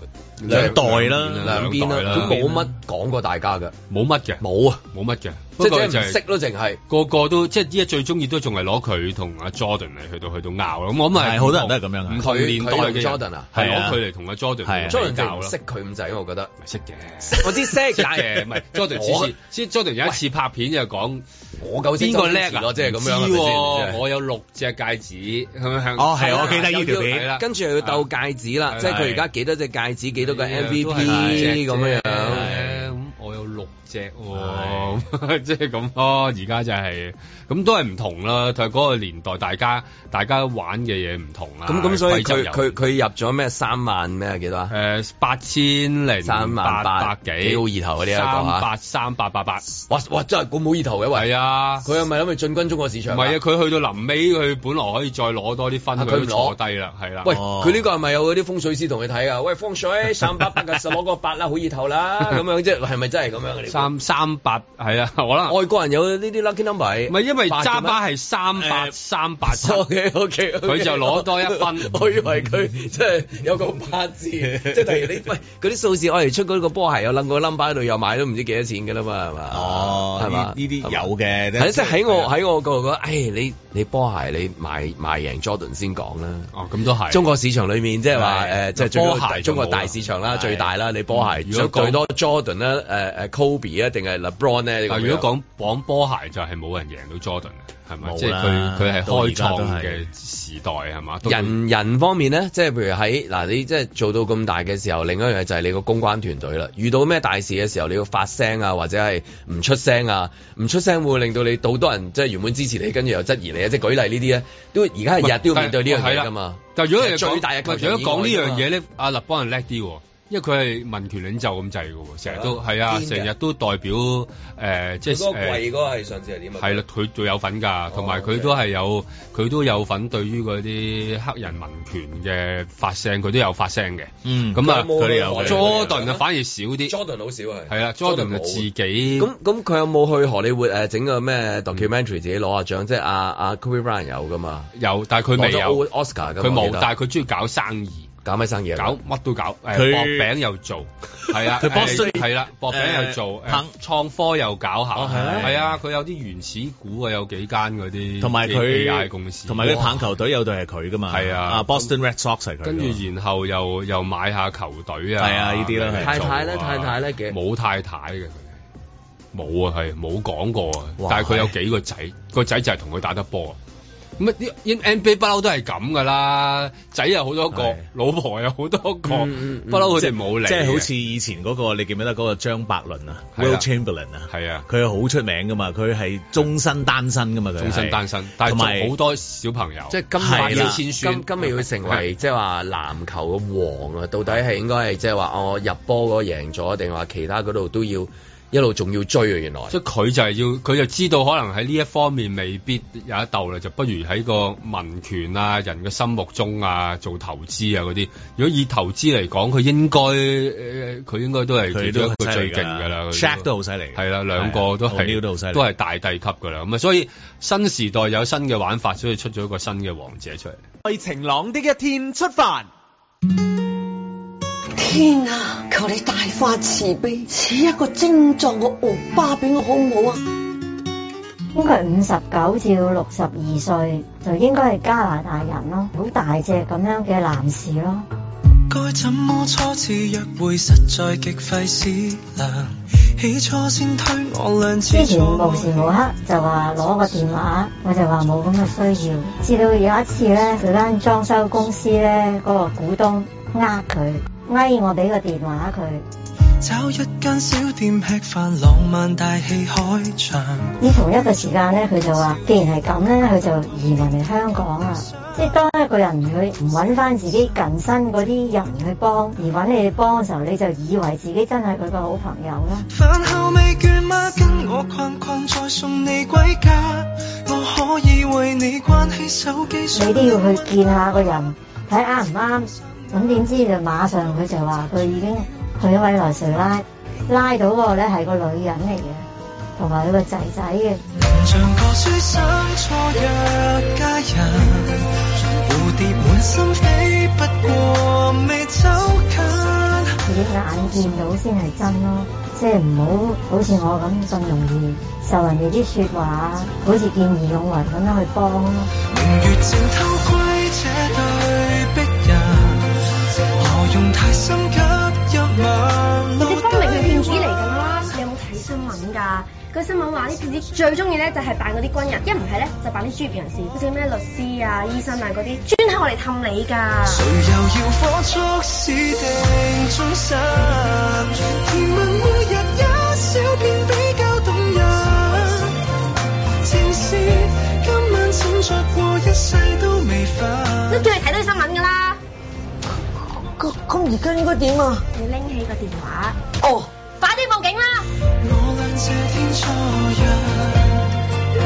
Speaker 5: 兩代啦
Speaker 2: 嗯兩邊
Speaker 3: 兩代
Speaker 2: 啦，
Speaker 3: 啦
Speaker 2: 都冇乜講過大家嘅，
Speaker 3: 冇乜嘅，
Speaker 2: 冇啊，
Speaker 3: 冇乜嘅，
Speaker 2: 即
Speaker 3: 不過
Speaker 2: 係即
Speaker 3: 就
Speaker 2: 係唔識咯，淨係。
Speaker 3: 個個都即係依家最中意都仲係攞佢同阿 Jordan 嚟去到去到拗咁，我諗
Speaker 5: 係好多人都係咁樣啊嘅
Speaker 3: 唔同年代
Speaker 2: 佢佢
Speaker 3: 嘅
Speaker 2: 同
Speaker 3: 人
Speaker 2: Jordan 啊
Speaker 3: 係
Speaker 2: 係啊
Speaker 3: 攞佢嚟同阿 Jordan
Speaker 2: 係啊
Speaker 3: 嚟
Speaker 2: Jordan
Speaker 3: 比較
Speaker 2: 就
Speaker 3: 啦。
Speaker 2: 唔識佢咁滯，我覺得。
Speaker 3: 識嘅，
Speaker 2: 我知識
Speaker 3: 識嘅，唔係 Jordan
Speaker 2: 我
Speaker 3: 次次先 Jordan 有一次拍片就講
Speaker 2: 我夠識
Speaker 3: 邊個叻
Speaker 2: 周星馳
Speaker 3: 啊？
Speaker 2: 咯即係咁樣
Speaker 3: 唔
Speaker 2: 係
Speaker 3: 知
Speaker 2: 咪先
Speaker 3: 喎
Speaker 2: 即係
Speaker 3: 我有六隻戒指咁樣。
Speaker 2: 哦係我記
Speaker 5: 得呢條片
Speaker 3: 係啦
Speaker 2: 跟住又要鬥戒指啦，
Speaker 3: 係
Speaker 2: 即係佢而家幾多隻戒指，幾多
Speaker 3: 啊
Speaker 2: 個 MVP 咁樣。
Speaker 3: 咁我有六隻喎， 即係咁咯。而家就係咁都係唔同啦，就係嗰個年代大家大家玩嘅嘢唔同啦。
Speaker 2: 咁咁所以
Speaker 3: 規則
Speaker 2: 佢
Speaker 3: 又唔
Speaker 2: 佢佢入咗咩三萬咩幾多啊？
Speaker 3: 誒八千零
Speaker 2: 三萬八
Speaker 3: 八百幾，
Speaker 2: 幾好熱頭嗰啲啊講下
Speaker 3: 三八三八八八，
Speaker 2: 哇哇真係咁冇意頭嘅喂！
Speaker 3: 係啊，
Speaker 2: 佢係咪諗住進軍中國市
Speaker 3: 唔
Speaker 2: 場？
Speaker 3: 係啊，，佢去到臨尾，佢本來可以再攞多啲分，
Speaker 2: 啊佢
Speaker 3: 佢
Speaker 2: 唔
Speaker 3: 都
Speaker 2: 攞
Speaker 3: 坐低啦，係啦。
Speaker 2: 喂，佢呢個係咪有嗰啲風水師同佢睇啊？喂，風 水三百八嘅就攞個八啦，好意頭啦，咁樣即係係咪真係咁樣嘅？啊你估
Speaker 3: 三三八係啊，我啦。
Speaker 2: 外國人有呢啲 lucky number，
Speaker 3: 唔係因為
Speaker 2: 八嘅咩
Speaker 3: 揸巴係三八三八七，
Speaker 2: O K O K，
Speaker 3: 佢就攞多一分
Speaker 2: 我以為佢即係有個八 字，即係例如你喂嗰啲數字，我嚟出嗰個波鞋有楞個 number 喺度，又買都唔知幾多錢㗎啦嘛，係嘛？
Speaker 3: 啊
Speaker 5: 哦
Speaker 2: 係嘛？
Speaker 5: 呢呢啲有嘅
Speaker 2: 係即係喺我喺我個個，唉，你你波鞋你賣賣贏 Jordan 先講啦。
Speaker 3: 哦，咁都係。
Speaker 2: 中國市場裏面即係話
Speaker 3: 係
Speaker 2: 誒，即係最
Speaker 3: 波鞋就冇啦
Speaker 2: 中國大市場啦，最大啦，你波鞋
Speaker 3: 如果講
Speaker 2: 最多 Jordan 啦，誒誒 Kobe 啊，定係 LeBron 咧？你
Speaker 3: 但
Speaker 2: 樣
Speaker 3: 啊如果講講波鞋就係冇人贏到 Jordan 嘅，係咪？即
Speaker 2: 冇
Speaker 3: 係
Speaker 2: 啦
Speaker 3: 佢佢係開
Speaker 2: 到而
Speaker 3: 創
Speaker 2: 家都
Speaker 3: 嘅時代係嘛？到
Speaker 2: 人人方面咧，即係譬如喺嗱，你即係做到咁大嘅時候，另一樣嘢就係你個公關團隊啦。遇到咩大事嘅時候，你要發聲啊，或者係唔出聲啊，唔出聲會令到你好多人即係原本支持你，跟住又質疑你啊。即係舉例呢啲咧，都而家係日日都要面對呢樣嘢㗎嘛。
Speaker 3: 但係如果你
Speaker 2: 係最大嘅球場
Speaker 3: 如果講呢
Speaker 2: 意外㗎
Speaker 3: 樣
Speaker 2: 嘛
Speaker 3: 嘢咧，阿立邦人叻啲喎。因為佢係民權領袖咁滯嘅喎，成日都係啊，
Speaker 2: 癲㗎
Speaker 3: 成日都代表誒、呃即係
Speaker 2: 嗰個
Speaker 3: 誒
Speaker 2: 貴嗰哦個係上次係點啊？
Speaker 3: 係啦，佢仲有份㗎，同埋佢都係有佢都有份對於嗰啲黑人民權嘅發聲，佢都有發聲嘅。
Speaker 5: 嗯
Speaker 3: 咁啊，
Speaker 2: 佢哋有嘅
Speaker 3: Jordan 啊反而少啲
Speaker 2: ，Jordan 好少啊係。
Speaker 3: 係啦，Jordan 就
Speaker 2: 冇
Speaker 3: 自己咁
Speaker 2: 咁咁佢有冇去荷里活誒整個咩 documentary 自己攞下獎？即係阿阿 Kobe Bryant 有㗎嘛？
Speaker 3: 有，但係佢未有
Speaker 2: 攞咗 Oscar 㗎嘛
Speaker 3: 佢
Speaker 2: 我記
Speaker 3: 冇
Speaker 2: 得，
Speaker 3: 但係佢中意搞生意。
Speaker 2: 搞咩生意啊？
Speaker 3: 搞乜都搞，誒
Speaker 2: 佢
Speaker 3: 薄餅 又做，係啊，
Speaker 2: 佢薄
Speaker 3: 誒
Speaker 2: 碎
Speaker 3: 係啦，薄餅又做，誒創科又搞
Speaker 5: 哦
Speaker 3: 下，係啊，佢有啲原始股啊，有幾間嗰啲，
Speaker 5: 同埋
Speaker 3: AI 公
Speaker 5: 佢
Speaker 3: 司，
Speaker 5: 同埋佢棒球隊有隊係佢噶嘛，
Speaker 3: 係啊
Speaker 5: ，Boston Red Sox 係佢㗎嘛，
Speaker 3: 跟住然後又又買下球隊啊，
Speaker 5: 係啊呢啲啦
Speaker 3: 咩
Speaker 5: 太
Speaker 3: 做
Speaker 2: 太咧
Speaker 3: 啊
Speaker 2: 太太咧嘅
Speaker 3: 冇太太嘅佢係冇啊，係冇講過啊，但係佢有幾個仔，個仔就係同佢打得波啊。咁啊啲 NBA 不嬲都係咁噶啦，仔有好多個，老婆有好多個，
Speaker 2: 嗯
Speaker 3: 不嬲佢哋冇理嘅，啊
Speaker 5: 即係好似以前嗰個，你記唔記得嗰個張伯倫啊
Speaker 3: 係
Speaker 5: ，Will
Speaker 3: 啊
Speaker 5: Chamberlain 啊，
Speaker 3: 係啊，
Speaker 5: 佢好出名噶嘛，佢係終身單身噶嘛，佢係
Speaker 3: 終身單身，但
Speaker 5: 同
Speaker 3: 係
Speaker 5: 埋
Speaker 3: 仲好多小朋友，
Speaker 2: 即係今
Speaker 5: 係
Speaker 2: 日
Speaker 5: 啦
Speaker 2: 要千今今日要成為即係話籃球嘅王啊！到底係應該係即係話哦入波嗰個贏咗，定話其他嗰度都要一路仲要追啊！原來
Speaker 3: 即係佢就係要，佢就知道可能喺呢一方面未必有得鬥啦，就不如喺個民權啊、人嘅心目中啊做投資啊嗰啲。如果以投資嚟講，佢應該誒佢、應該都係
Speaker 5: 佢
Speaker 3: 其
Speaker 5: 都
Speaker 3: 中一個
Speaker 5: 好犀利
Speaker 3: 最勁㗎啦
Speaker 5: 㗎。
Speaker 3: 佢
Speaker 5: Shaq 都好犀利
Speaker 3: 係啦，兩個都
Speaker 5: 係啊奧尼
Speaker 3: 係
Speaker 5: 爾都好犀利
Speaker 3: 都係大帝級㗎啦。咁啊，所以新時代有新嘅玩法，所以出咗一個新嘅王者出嚟。
Speaker 4: 在晴朗的一天出發。
Speaker 19: 天啊！求你大發慈悲，賜一個精壯嘅奧巴俾我好唔好啊？
Speaker 20: 應該係五十九至六十二歲，就應該係加拿大人咯，好大隻咁樣嘅男士咯。
Speaker 8: 該怎麼初次約會，實在極費思量。起初先推我兩次
Speaker 20: 之前無時無刻就話攞個電話，我就話冇咁嘅需要。至到有一次咧，佢間裝修公司咧嗰、個股東呃佢，呃我俾個電話佢，
Speaker 8: 找一間小店吃飯，浪漫大戲開場。
Speaker 20: 呢同一個時間咧，佢就話既然係咁咧，佢就移民嚟香港啦。即係當一個人佢唔揾翻自己近身嗰啲人去幫，而揾你哋幫嘅時候，你就以為自己真係佢個好朋友啦。
Speaker 8: 飯後未倦嗎？跟我逛逛，再送你歸家。我可以為你關起手機上。
Speaker 20: 你都要去見下個人，睇啱唔啱。咁點知就馬上佢就話佢已經去咗委內瑞拉，拉到個咧係個女人嚟嘅，同埋佢個仔仔嘅。
Speaker 8: 像個書生錯約佳人，蝴蝶滿心飛，不過未走近。
Speaker 20: 自己眼見到先係真咯，即係唔好好似我咁咁容易受人哋啲説話，好似見義勇為咁樣去幫咯。
Speaker 8: 明月正偷窺這對璧人，何用太心急一晚路
Speaker 21: 啲方明係騙子嚟㗎
Speaker 8: 低
Speaker 21: 啦，你有冇睇新聞㗎？佢新聞話啲騙子最中意咧就係扮嗰啲軍人，一唔係咧就扮啲專業人士，好似咩律師啊、醫生啊嗰啲，專係我嚟氹你
Speaker 8: 誰
Speaker 21: 㗎。
Speaker 8: 又要火速使定終身？甜蜜每日一小片比較動人。正是今晚沉着過，一世都未瞓。
Speaker 21: 都叫你睇到啲新聞㗎啦。咁咁而家應該點啊？你拎起個電話。哦。快啲報警啦！
Speaker 8: 我倆這天初約，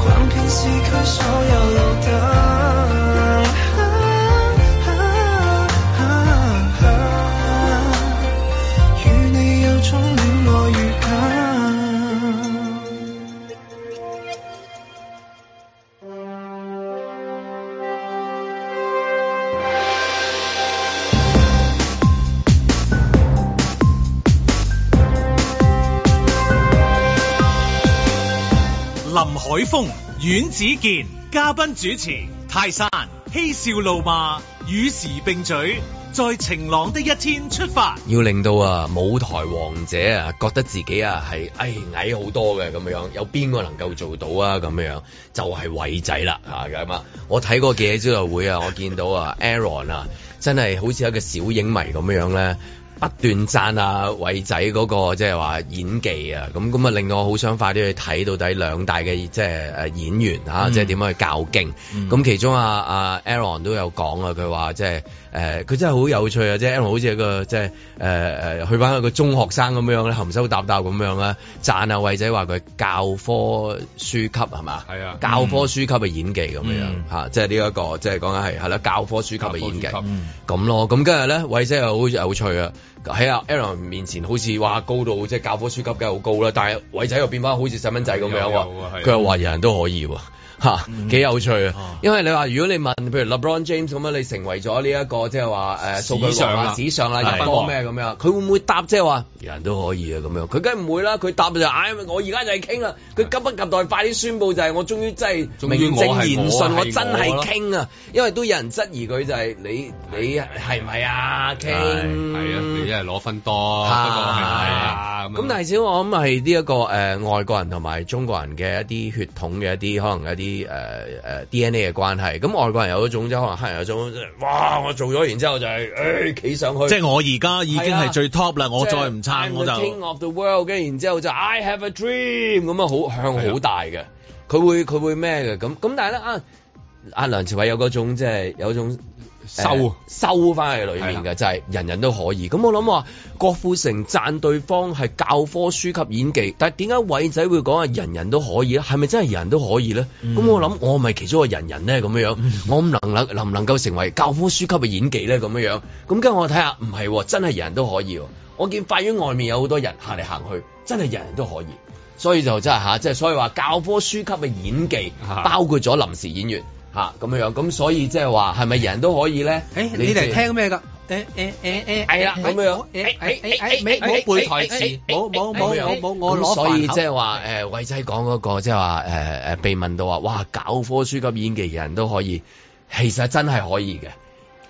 Speaker 8: 逛遍市區所有路燈。與你有種戀愛預感。
Speaker 1: 林海峰、阮子健嘉賓主持，泰山嬉笑怒罵，與時並舉，在晴朗的一天出發。
Speaker 2: 要令到啊舞台王者啊覺得自己啊係唉矮好多嘅咁樣，有邊個能夠做到啊咁樣？就係、偉仔啦嚇咁啊！我睇過記者招待會啊，我見到啊 Aaron 啊，真係好似一個小影迷咁樣咧。不斷讚啊偉仔嗰、個即係話演技啊，咁咁啊令到我好想快啲去睇到底兩大嘅即係誒演員嚇、啊即係點樣去較勁。咁、其中啊啊 Aaron 都有講啊，佢話即係誒佢真係好有趣啊，即係 Aaron 好似一個即係誒誒去翻一個中學生咁樣咧，含羞答答咁樣啦，讚啊偉仔話佢教科書級係嘛？係啊，教科書級嘅演技咁樣嚇、即係呢一個即係講緊係係啦，教科書級嘅演技。
Speaker 5: 嗯
Speaker 2: 咁咯，咁跟住咧，偉仔又好有趣啊！喺阿 Aaron 面前好似哇高到即係教科書級梗係好高啦，但係偉仔又變翻好似細蚊仔咁樣
Speaker 3: 有
Speaker 2: 喎
Speaker 3: 啊係啊，嗯
Speaker 2: 佢又話人人都可以喎。 嚇，幾有趣啊！因為你話如果你問，譬如 LeBron James 咁樣，你成為咗呢一個即係話誒數據
Speaker 3: 史上
Speaker 2: 王
Speaker 3: 啦
Speaker 2: 啊、紙上啦、
Speaker 3: 係
Speaker 2: 入分王咩咁樣，佢會唔會答即係話人人都可以啊咁樣？佢梗係唔會啦，佢答就唉、我而家就係傾啦，佢急不及待快啲宣佈就係我終於真係
Speaker 3: 終於
Speaker 2: 名
Speaker 3: 我
Speaker 2: 正
Speaker 3: 係我
Speaker 2: 言順，
Speaker 3: 係
Speaker 2: 我真係
Speaker 3: 我啦
Speaker 2: 傾啊！因為都有人質疑佢就係你你係咪啊傾？
Speaker 3: 係啊，你一係攞分多，不過
Speaker 2: 啊
Speaker 3: 係咪啊咁
Speaker 2: 咁
Speaker 3: 樣
Speaker 2: 但係始終我諗係呢一個誒、呃外國人同埋中國人嘅一啲血統嘅一啲可能一啲誒誒 DNA 嘅關係。咁外國人有一種即係可能黑人有一種，哇！我做咗，然之後就係誒企上去。
Speaker 5: 即係我而家已經係最 top 啦，我
Speaker 2: 即係
Speaker 5: 再唔撐
Speaker 2: I'm
Speaker 5: 我
Speaker 2: the King
Speaker 5: 就
Speaker 2: of the world，跟住然之後就 I have a dream 咁啊，好向好大嘅。啊佢會佢會咩嘅咁咁，但係咧啊，阿梁朝偉有嗰種即係有種
Speaker 3: 收
Speaker 2: 收翻喺裏面嘅，就係人人都可以。咁我諗話郭富城讚對方係教科書級演技，但係點解偉仔會講係人人都可以咧？係咪真係人人都可以咧？咁、
Speaker 6: 嗯
Speaker 2: 我諗我係咪其中一個人人咧咁樣樣，我唔能能能唔能夠成為教科書級嘅演技咧咁樣樣？咁跟住我睇下，唔係喎，真係人人都可以喎。我見法院外面有好多人行嚟行去，真係人人都可以。所以就真係嚇，即係所以話教科書級嘅演技，包括咗臨時演員嚇咁樣樣，咁所以即係話係咪人都可以咧？誒
Speaker 6: 你嚟聽咩㗎？誒誒誒誒，
Speaker 2: 係啦咁樣，
Speaker 6: 誒誒誒誒，冇冇背台詞，冇冇冇冇冇，我攞
Speaker 2: 哎咁所以即係話誒，偉仔講嗰個即係話呃誒誒，被問到話哇，教科書級演技人人都可以，其實真係可以嘅。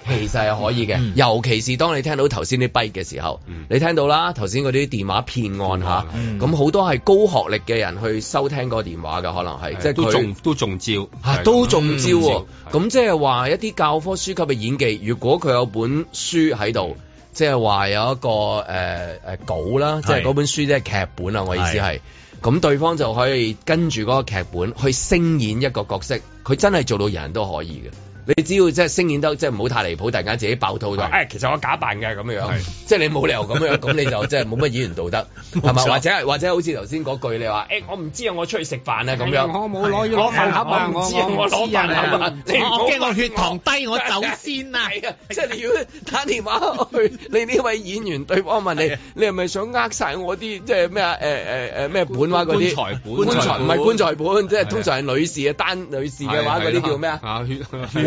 Speaker 2: 其實係可以嘅，尤其是當你聽到頭先啲跛嘅時候，你聽到啦頭先嗰啲電話騙案嚇，
Speaker 5: 嗯
Speaker 2: 咁好多係高學歷嘅人去收聽個電話嘅，可能係即係
Speaker 3: 都
Speaker 2: 佢
Speaker 3: 中都中招
Speaker 2: 啊，都中招喎。咁即係話一啲教科書級嘅演技，如果佢有本書喺度，即係話有一個誒誒、呃稿啦，即係嗰本書即係劇本啊，我意思係。咁對方就可以跟住嗰個劇本去聲演一個角色，佢真係做到人人都可以嘅。你只要即係聲演得即係唔好太離譜，突然間自己爆
Speaker 3: 嗯
Speaker 2: 肚就誒，其實我假扮嘅咁樣，即係你冇理由咁樣，咁你就即係冇乜演員道德，係咪？
Speaker 3: 冇錯
Speaker 2: 或者係或者好似頭先嗰句你話誒，我唔知啊，我出去食飯啊咁
Speaker 6: 係
Speaker 2: 樣
Speaker 6: 啊，我冇攞要攞飯盒啊
Speaker 2: 我唔知啊，
Speaker 6: 我
Speaker 2: 我
Speaker 6: 我唔
Speaker 2: 攞
Speaker 5: 嗯
Speaker 6: 知啊
Speaker 2: 飯盒啊，
Speaker 6: 你我
Speaker 2: 驚我血
Speaker 6: 糖低我走
Speaker 2: 先啊！係啊， 即係你如果打電話去，你呢位演員對方問
Speaker 3: 啊
Speaker 2: 你，你係咪想呃晒我啲即係咩啊？誒誒誒咩本話嗰啲
Speaker 3: 棺材本
Speaker 2: 棺材唔係棺材本，即
Speaker 3: 係
Speaker 2: 係
Speaker 3: 啊
Speaker 2: 通常係女士嘅單女 士嘅話，嗰啲叫咩啊？
Speaker 3: 啊？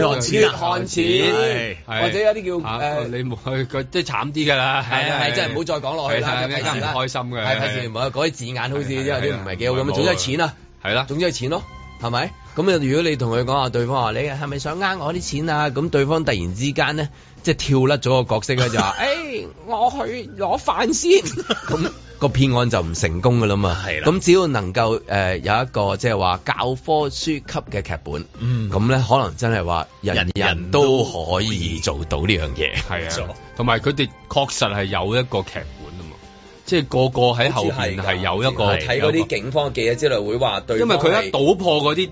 Speaker 3: 血
Speaker 2: 血汗錢啊係係或者有啲叫誒
Speaker 3: 誒，啊你冇去佢即係慘啲㗎啦，
Speaker 2: 係啊係真係唔好再講落去啦
Speaker 3: 係啊
Speaker 2: 費事啦
Speaker 3: 唔開心嘅，
Speaker 2: 係費事唔好嗰啲字眼好似有啲唔係幾好咁啊總
Speaker 3: 係係
Speaker 2: 之係錢啊，
Speaker 3: 係啦，
Speaker 2: 總之係錢咯，係咪？咁啊如果你同佢講話，對方話你係咪想呃我啲錢啊？咁對方突然之間咧，即係跳甩咗個角色咧，就 話誒，我去攞飯先。 咁個騙案就唔成功噶啦嘛。係啦。咁只要能夠誒、呃有一個即係話教科書級嘅劇本，
Speaker 3: 嗯
Speaker 2: 咁咧可能真係話人人都可以做到呢樣嘢。
Speaker 3: 係啊，同埋佢哋確實係有一個劇本啊嘛，即係個個喺後邊係有一個
Speaker 2: 睇嗰啲警方記者招待會話對
Speaker 3: 因
Speaker 2: 方係，
Speaker 3: 為佢一搗破嗰啲集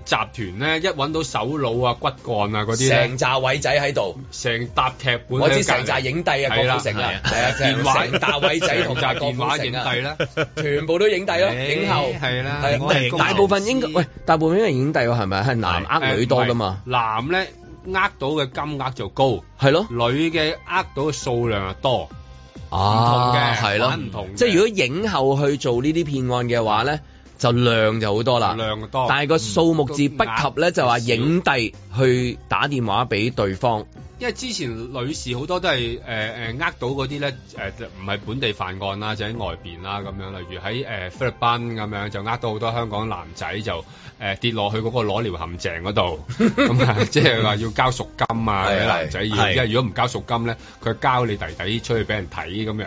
Speaker 3: 團咧，一揾到首腦啊、骨幹啊嗰啲
Speaker 2: 成扎偉仔喺度，
Speaker 3: 成沓劇本喺隔離，
Speaker 2: 我知成扎影帝啊，
Speaker 3: 係
Speaker 2: 郭
Speaker 3: 啦
Speaker 2: 富城啊，
Speaker 3: 係
Speaker 2: 係啊，
Speaker 3: 電話
Speaker 2: 成大偉仔同
Speaker 3: 成扎
Speaker 2: 埋郭
Speaker 3: 電
Speaker 2: 富
Speaker 3: 話
Speaker 2: 城
Speaker 3: 影
Speaker 2: 啊
Speaker 3: 帝啦，
Speaker 2: 全部都影帝咯，
Speaker 3: 誒
Speaker 2: 影后
Speaker 3: 係啦
Speaker 2: 係
Speaker 3: 我係公
Speaker 2: 大部分應該喂，大部分人影帝喎，係咪係男呃女多噶嘛？
Speaker 3: 誒，唔係男咧呃到嘅金額就高，
Speaker 2: 係咯，
Speaker 3: 女嘅呃到嘅數量就多。
Speaker 2: 啊，
Speaker 3: 嘅
Speaker 2: 係咯
Speaker 3: 玩唔同，嘅
Speaker 2: 即係如果影后去做呢啲騙案嘅話咧，就量就好多啦，
Speaker 3: 量多
Speaker 2: 但係個數目字不及咧，就話影帝去打電話俾對方。
Speaker 3: 因為之前女士好多都係誒誒呃到嗰啲咧誒唔係本地犯案啦，就喺外邊啦咁樣，例如喺誒、呃菲律賓咁樣就呃到好多香港男仔就誒、呃跌落去嗰個裸聊陷阱嗰度，咁啊即係話要交贖金啊，
Speaker 5: 係
Speaker 3: 啲男仔要，
Speaker 5: 係
Speaker 3: 因為如果唔交贖金咧，佢交你弟弟出去俾人睇咁樣，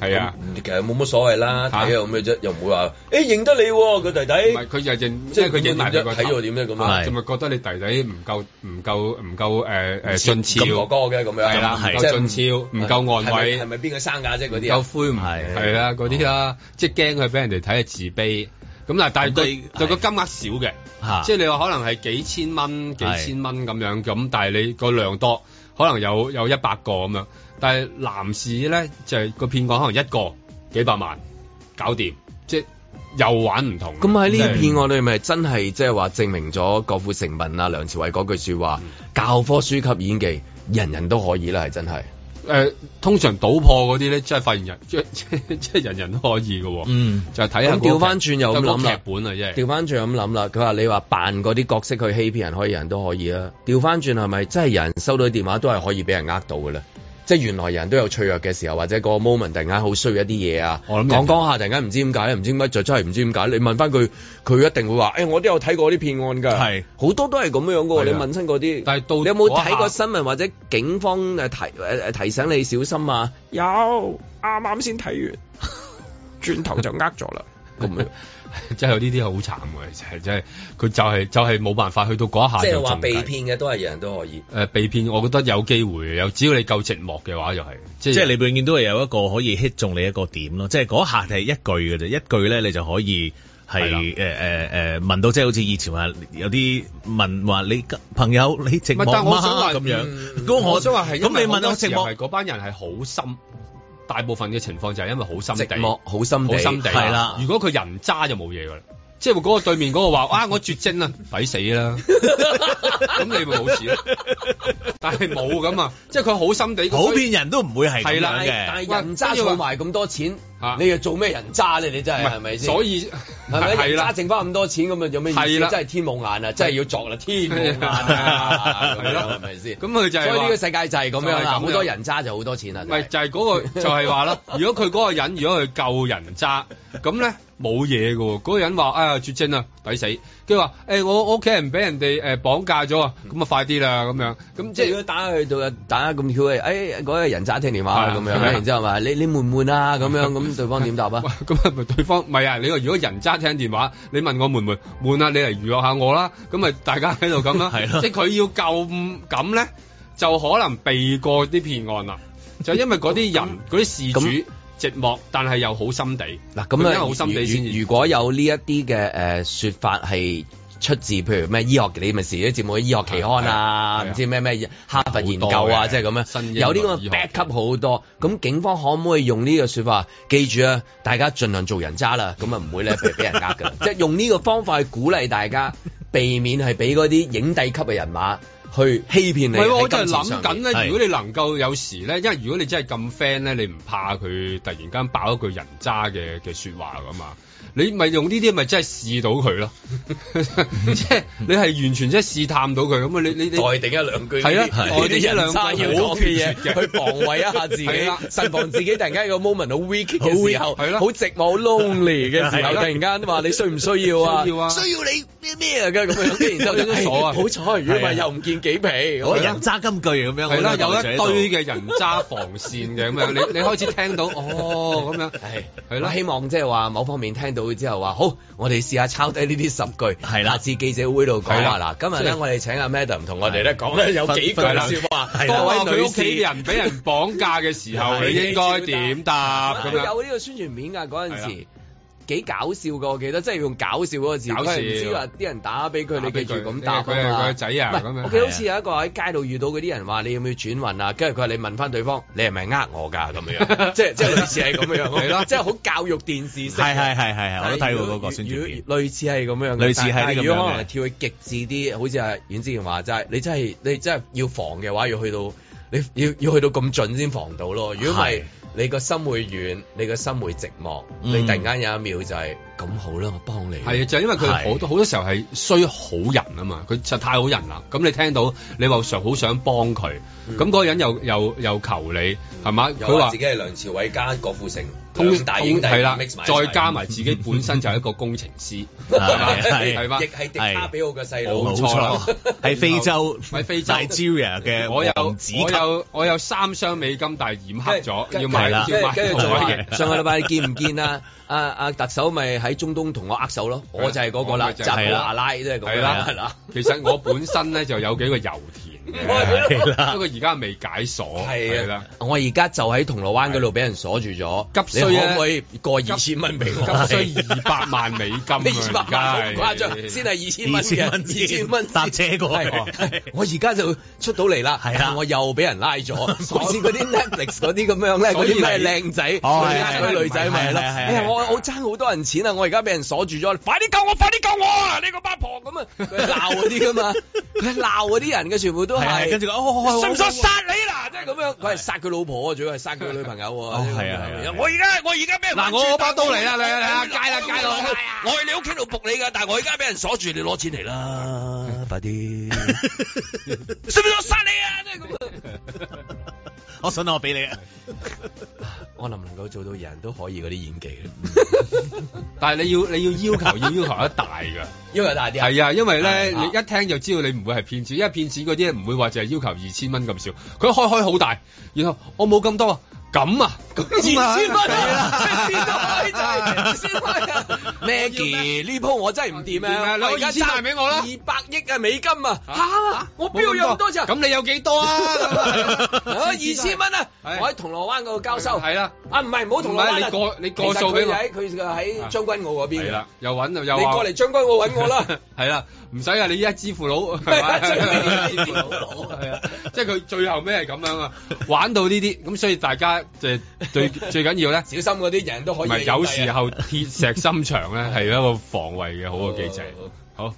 Speaker 3: 係啊。
Speaker 2: 咁，其實冇乜所謂啦，睇又咩啫，又唔會話誒認得你喎，佢弟弟，
Speaker 3: 唔係佢就認，
Speaker 2: 即
Speaker 3: 即
Speaker 2: 係
Speaker 3: 係佢影埋佢個頭
Speaker 2: 睇咗點咧咁啊
Speaker 3: 就咪覺得你弟弟唔夠唔夠唔
Speaker 2: 唔
Speaker 3: 夠誒
Speaker 2: 似
Speaker 3: 誒俊俏
Speaker 2: 咁哥哥嘅咁樣
Speaker 3: 係啦，
Speaker 2: 係
Speaker 3: 唔
Speaker 2: 即係
Speaker 3: 夠俊俏，
Speaker 2: 唔
Speaker 3: 唔夠
Speaker 2: 係
Speaker 3: 外
Speaker 2: 咪
Speaker 3: 位，
Speaker 2: 係咪邊個生㗎啫嗰啲啊
Speaker 3: 有灰唔係係啦嗰啲
Speaker 2: 哦
Speaker 3: 啦，即係驚佢俾人哋睇係自卑。咁嗱，但係佢佢個金額少嘅
Speaker 5: 嚇，
Speaker 2: 啊
Speaker 3: 即係你話可能係幾千蚊、幾千蚊咁樣咁，但係你個量多，可能有有一百個咁樣。但係男士咧就係個騙案可能一個幾百萬搞掂，即係又玩唔同。
Speaker 2: 咁啊喺呢
Speaker 3: 即係
Speaker 2: 啲騙案裏咪真係即係話證明咗郭富城問啊梁朝偉嗰句説話，教科書級演技人人都可以啦，係真係。
Speaker 3: 誒、通常倒破嗰啲咧，真係 發現人即即即人人都可以嘅喎、
Speaker 2: 嗯，
Speaker 3: 就係睇啊下
Speaker 2: 咁調翻轉又咁諗啦
Speaker 3: 劇本啊，真係
Speaker 2: 調翻轉咁諗啦，佢話你話扮嗰啲角色去欺騙人，可以人都可以啦。調翻轉係咪真係人收到電話都係可以俾人呃到嘅咧？即係原來人都有脆弱嘅時候，或者嗰個 moment 突然間好衰一啲嘢啊，
Speaker 3: 我諗
Speaker 2: 講講下突然間唔知點解，唔知點解就真係唔知點解。你問翻佢，佢一定會話：，誒、我都有睇過啲騙案㗎，係好多都係咁樣嘅喎。你
Speaker 3: 係啊
Speaker 2: 問親嗰啲，
Speaker 3: 但係到
Speaker 2: 你有冇睇過
Speaker 3: 嗰下
Speaker 2: 新聞或者警方誒提誒誒提醒你小心啊？有啱啱先睇完，轉頭就呃咗啦。咁樣
Speaker 3: 啊 真係有呢啲好慘嘅，其實真係佢就係就係冇辦法去到嗰一下
Speaker 2: 即係
Speaker 3: 就
Speaker 2: 話
Speaker 3: 中
Speaker 2: 被
Speaker 3: 計。
Speaker 2: 騙嘅都係人人都可以。
Speaker 3: 誒、被騙，我覺得有機會嘅，有只要你夠寂寞嘅話，就係
Speaker 5: 即
Speaker 3: 即
Speaker 5: 係你永遠都係有一個可以 hit 中你一個點咯，即係嗰下係一句嘅啫，一句咧你就可以係誒誒誒問到，即係好似以前話有啲問話你朋友 你寂
Speaker 3: 唔係
Speaker 5: 寞
Speaker 3: 但我想
Speaker 5: 嗎
Speaker 3: 話嗯
Speaker 5: 咁樣？
Speaker 3: 咁我想話係因
Speaker 5: 咁你
Speaker 3: 為好
Speaker 5: 問
Speaker 3: 多
Speaker 5: 我
Speaker 3: 時
Speaker 5: 寂
Speaker 3: 候
Speaker 5: 寞
Speaker 3: 係嗰班人係好心。大部分嘅情況就係因為好心地
Speaker 2: 寂寞好心地
Speaker 3: 好心地
Speaker 2: 係啦
Speaker 3: 如果佢人渣就冇嘢噶啦，即係嗰個對面嗰個話啊，我絕症啊，抵死 啦，咁你咪冇事咯。但係冇咁啊，即係佢好心地，
Speaker 5: 普遍人都唔會係咁
Speaker 3: 係啦
Speaker 5: 樣嘅。
Speaker 2: 但係人渣儲埋咁多錢
Speaker 3: 嚇，
Speaker 2: 你又做咩人渣咧？你真係
Speaker 3: 唔係
Speaker 2: 係咪先？
Speaker 3: 所以
Speaker 2: 係咪
Speaker 3: 係
Speaker 2: 人
Speaker 3: 啦
Speaker 2: 渣剩翻咁多錢咁啊？有咩意
Speaker 3: 係
Speaker 2: 思？
Speaker 3: 啦
Speaker 2: 真係天冇眼啊！真係要作啦，天冇眼啊！
Speaker 3: 係
Speaker 2: 咁樣
Speaker 3: 咯
Speaker 2: 係咪先？
Speaker 3: 咁佢就係話
Speaker 2: 所以呢個世界就係咁樣
Speaker 3: 就係咁
Speaker 2: 啦，
Speaker 3: 樣
Speaker 2: 好多人渣就好多錢啊！
Speaker 3: 咪就係嗰、個就係話啦， 如果佢嗰個人如果佢救人渣，咁咧冇嘢嘅喎。嗰、個人話：哎呀絕症啊，抵死！佢話：誒、我我屋企人俾人哋誒、綁架咗啊，咁啊快啲啦咁樣。咁
Speaker 2: 即
Speaker 3: 即
Speaker 2: 係如果打去到打咁巧嘅，誒嗰個人渣聽電話咁樣，然之後話你你悶唔悶啊咁樣， 咁對方點答啊？
Speaker 3: 咁啊咪對方咪啊！你話如果人渣聽電話，你問我悶唔悶？悶啊！你嚟娛樂下我啦。咁咪大家喺度咁 啦。
Speaker 5: 係咯
Speaker 3: 即係佢要救咁咧，就可能避過啲騙案啦。就因為嗰啲人嗰啲事主寂寞，但係又好心地。
Speaker 2: 嗱
Speaker 3: 佢因
Speaker 2: 咁
Speaker 3: 為
Speaker 2: 啊，
Speaker 3: 好心地先至
Speaker 2: 如如如果有呢一啲嘅呃誒説法係。出自譬如咩醫學，你咪時啲節目嘅醫學期刊啊，唔知咩咩哈佛研究
Speaker 3: 好多
Speaker 2: 啊，
Speaker 3: 嘅
Speaker 2: 即係咁樣，
Speaker 3: 新英
Speaker 2: 有呢個
Speaker 3: 文醫學
Speaker 2: backup 好多。咁警方可唔可以用呢個説法？記住啊，大家盡量做人渣啦，咁啊唔會咧俾俾人呃 㗎啦。即係用呢個方法去鼓勵大家，避免係俾嗰啲影帝級嘅人馬去欺騙
Speaker 3: 唔
Speaker 2: 你
Speaker 3: 係喎，
Speaker 2: 喺
Speaker 3: 我就係
Speaker 2: 金錢
Speaker 3: 諗
Speaker 2: 上
Speaker 3: 緊
Speaker 2: 面。
Speaker 3: 咧，如果你能夠有時咧，因為如果你真係咁 friend 咧，你唔怕佢突然間爆一句人渣嘅嘅説話噶嘛？你咪用呢啲咪真係試到佢 咯，即係你係完全即係試探到佢咁啊！你你你
Speaker 2: 再定一兩句呢啲，
Speaker 3: 係啊
Speaker 2: 呢
Speaker 3: 代
Speaker 2: 啲
Speaker 3: 定一兩
Speaker 2: 人
Speaker 3: 句
Speaker 2: 渣要
Speaker 3: 好
Speaker 2: 講嘅
Speaker 3: 決絕
Speaker 2: 嘢，去防衞一下自
Speaker 3: 係啦
Speaker 2: 己，慎防自己突然間有個 moment 好 weak
Speaker 3: 好
Speaker 2: 嘅時
Speaker 3: weak，
Speaker 2: 候，
Speaker 3: 係啦
Speaker 2: 好寂寞、好 lonely 嘅時
Speaker 3: 係
Speaker 2: 候，突
Speaker 3: 啦
Speaker 2: 然間話你需唔需要啊？
Speaker 3: 需要啊
Speaker 2: 需要你咩咩啊？咁樣，跟住然之後
Speaker 3: 有
Speaker 2: 就
Speaker 3: 啲傻啊
Speaker 2: 哎好彩，如果唔
Speaker 3: 係啊
Speaker 2: 係又唔見幾皮，
Speaker 5: 嗰
Speaker 2: 咁
Speaker 5: 個
Speaker 2: 樣
Speaker 5: 人渣金句咁樣，
Speaker 3: 係啦，有
Speaker 5: 我覺得我
Speaker 3: 一
Speaker 5: 就
Speaker 3: 堆嘅人渣防線嘅咁樣，你你開始聽到哦咁樣，
Speaker 2: 係
Speaker 3: 係啦
Speaker 2: 我希望即係話某方面聽到之後話好，我哋試下抄低呢啲十句，係
Speaker 5: 啦
Speaker 2: 下次記者會度講
Speaker 3: 係
Speaker 2: 話
Speaker 3: 啦
Speaker 2: 嗱，今日
Speaker 3: 即
Speaker 2: 咧
Speaker 3: 係
Speaker 2: 我哋請阿 Madam 同 我哋咧講咧有幾句
Speaker 3: 係啦
Speaker 2: 説話，
Speaker 5: 係啦
Speaker 2: 各
Speaker 3: 當
Speaker 2: 位
Speaker 3: 佢
Speaker 2: 女
Speaker 3: 屋
Speaker 2: 士
Speaker 3: 企人俾人綁架嘅時候，
Speaker 2: 係
Speaker 3: 你應該點答啊咁樣？
Speaker 2: 有呢個宣傳片㗎嗰陣
Speaker 3: 係啊
Speaker 2: 時。幾搞笑㗎，我記得，即係用搞笑嗰個字，
Speaker 3: 搞
Speaker 2: 佢
Speaker 3: 笑
Speaker 2: 係唔知話啲人打俾佢，
Speaker 3: 打
Speaker 2: 你
Speaker 3: 俾
Speaker 2: 記
Speaker 3: 佢
Speaker 2: 住咁答啊
Speaker 3: 因為佢係佢
Speaker 2: 嘛。
Speaker 3: 個仔啊
Speaker 2: 唔係
Speaker 3: 咁樣
Speaker 2: 我記得好似有一個喺街度遇到嗰啲人話，你要唔要轉運啊？跟住佢話你問翻對方，你係咪呃我㗎咁 樣？即係即係類似係咁樣咯。
Speaker 3: 係咯
Speaker 2: 即係好教育電視式。
Speaker 5: 係係係係係，我都睇過嗰個宣傳片。
Speaker 2: 如果類似係咁樣嘅，
Speaker 5: 類似係
Speaker 2: 但
Speaker 5: 呢咁樣嘅
Speaker 2: 如果可能係跳去極致啲，好似係阮之前話齋，你真係你真係要防嘅話，要去到你 要要去到咁盡先防到咯。如果唔係
Speaker 5: 係，
Speaker 2: 你個心會軟，你個心會寂寞。
Speaker 5: 嗯
Speaker 2: 你突然間有一秒就係、咁好啦，我幫你。
Speaker 3: 係啊，就係因為佢好多好多時候係衰好人啊嘛，佢實太好人啦。咁你聽到你話想好想幫佢，咁、嗰個人又又又求你係嘛？
Speaker 2: 嗯又
Speaker 3: 佢話
Speaker 2: 話自己係梁朝偉加郭富城，
Speaker 3: 通
Speaker 2: 兩大影帝
Speaker 3: 係啦
Speaker 2: mix 埋，一齊
Speaker 3: 再加埋自己本身就係一個工程 師，
Speaker 5: 係
Speaker 3: 係嘛？
Speaker 5: 係
Speaker 3: 係嘛
Speaker 2: 亦？係迪卡比奧嘅細
Speaker 5: 冇
Speaker 2: 佬。
Speaker 5: 錯啦，喺非洲，
Speaker 3: 喺非洲
Speaker 5: Nigeria 嘅
Speaker 3: 我有
Speaker 5: 王子級
Speaker 3: 我有我有三箱美金，但係染黑咗，要買
Speaker 5: 係啦
Speaker 3: 要買
Speaker 2: 跟住
Speaker 3: 要
Speaker 2: 仲
Speaker 3: 買
Speaker 2: 話 上個禮拜你見唔見啊？啊啊特首咪喺中東同我握手咯，我就係嗰個
Speaker 3: 我
Speaker 2: 啦，
Speaker 3: 咪就
Speaker 2: 扎
Speaker 3: 係
Speaker 2: 布阿拉即係咁
Speaker 3: 係
Speaker 2: 樣
Speaker 3: 啦，
Speaker 2: 係啦。
Speaker 3: 其實我本身咧就有幾個油田嘅，
Speaker 5: 係啦
Speaker 3: 不過而家未解鎖，
Speaker 2: 係
Speaker 3: 哦啦
Speaker 2: 啊。，我而家就喺銅鑼灣嗰度俾人鎖住咗，
Speaker 3: 急需啊
Speaker 2: 你可唔可以過二千蚊俾我？
Speaker 3: 急需二百萬美金啊！
Speaker 2: 你 二百萬好誇張，先係二千蚊嘅，
Speaker 5: 蚊
Speaker 2: 二千蚊
Speaker 5: 搭車過去
Speaker 2: 係我而家就出到嚟啦，
Speaker 5: 係啊
Speaker 2: 但我又俾人拉 咗。好似嗰啲 Netflix 嗰啲咁樣咧，嗰
Speaker 3: 所以
Speaker 2: 啲咩
Speaker 3: 你
Speaker 2: 靚仔，
Speaker 5: 哦
Speaker 2: 嗰啲
Speaker 5: 係
Speaker 2: 嗰啲
Speaker 5: 係
Speaker 2: 女仔咪係咯。
Speaker 5: 係係係
Speaker 2: 哎呀我我爭好多人錢啊！我而家俾人鎖住咗，快啲救我！快啲 救我啊！你個八婆咁啊！佢鬧嗰啲噶嘛，佢鬧嗰啲人嘅全部都
Speaker 5: 係啊
Speaker 2: 係。
Speaker 5: 跟住講哦哦哦
Speaker 2: 信唔信殺你啦？即係咁樣，佢係殺佢老婆啊，仲要係殺佢女朋友喎。
Speaker 5: 哦係啊係啊
Speaker 2: 我而家我而家俾人
Speaker 3: 嗱我把刀嚟啦嚟啦嚟啦戒
Speaker 2: 啊
Speaker 3: 啦戒啦
Speaker 2: 我我去你屋企度仆你㗎，但係我而家俾人鎖住，你攞錢嚟啦，快啲！信唔信我殺你啊？即係咁啊！
Speaker 5: 我信我俾你啊！
Speaker 2: 我能唔能夠做到人人都可以嗰啲演技 咧？
Speaker 3: 但係你要你要要 求要要求得大㗎，
Speaker 2: 因為大啲啊
Speaker 3: 係啊，因為咧
Speaker 2: 係啊
Speaker 3: 你一聽就知道你唔會係騙子，因為騙子嗰啲唔會話就係要求二千蚊咁少，佢開開好大，然後我冇咁多啊，咁啊，咁啊
Speaker 2: 二千蚊啊
Speaker 3: 係
Speaker 2: 即係邊度開就係啊
Speaker 3: 啊
Speaker 2: Maggie 呢鋪我真係唔掂
Speaker 3: 唔掂啊
Speaker 2: 啊！
Speaker 3: 攞
Speaker 2: 我而家
Speaker 3: 2000萬俾我啦
Speaker 2: 二百億啊美金啊！ 嚇，我邊度有
Speaker 3: 冇咁
Speaker 2: 咁多咋？
Speaker 3: 咁你有幾多 啊？
Speaker 2: 哎啊，二千蚊啊！
Speaker 3: 係
Speaker 2: 我喺銅鑼灣嗰度交收。
Speaker 3: 係啦。
Speaker 2: 啊，唔係唔好銅鑼灣
Speaker 3: 唔係
Speaker 2: 啊
Speaker 3: 你過你過
Speaker 2: 其實
Speaker 3: 數俾我
Speaker 2: 佢喺佢喺將軍澳嗰邊
Speaker 3: 係
Speaker 2: 嘅
Speaker 3: 啦。，又揾又
Speaker 2: 你
Speaker 3: 話
Speaker 2: 過嚟將軍澳揾我 啦。
Speaker 3: 係啦，唔使啊！你依家支付 佬係
Speaker 2: 係
Speaker 3: 嘛
Speaker 2: 啊最緊要支付佬
Speaker 3: 係啊，即係佢最後尾係咁樣啊，玩到呢啲咁，所以大家就 係最最緊要咧，
Speaker 2: 小心嗰啲人都可
Speaker 3: 唔
Speaker 2: 以
Speaker 3: 係
Speaker 2: 理解啊。哦
Speaker 3: 有時候鐵石心腸咧係一個防衞嘅好嘅機制。好。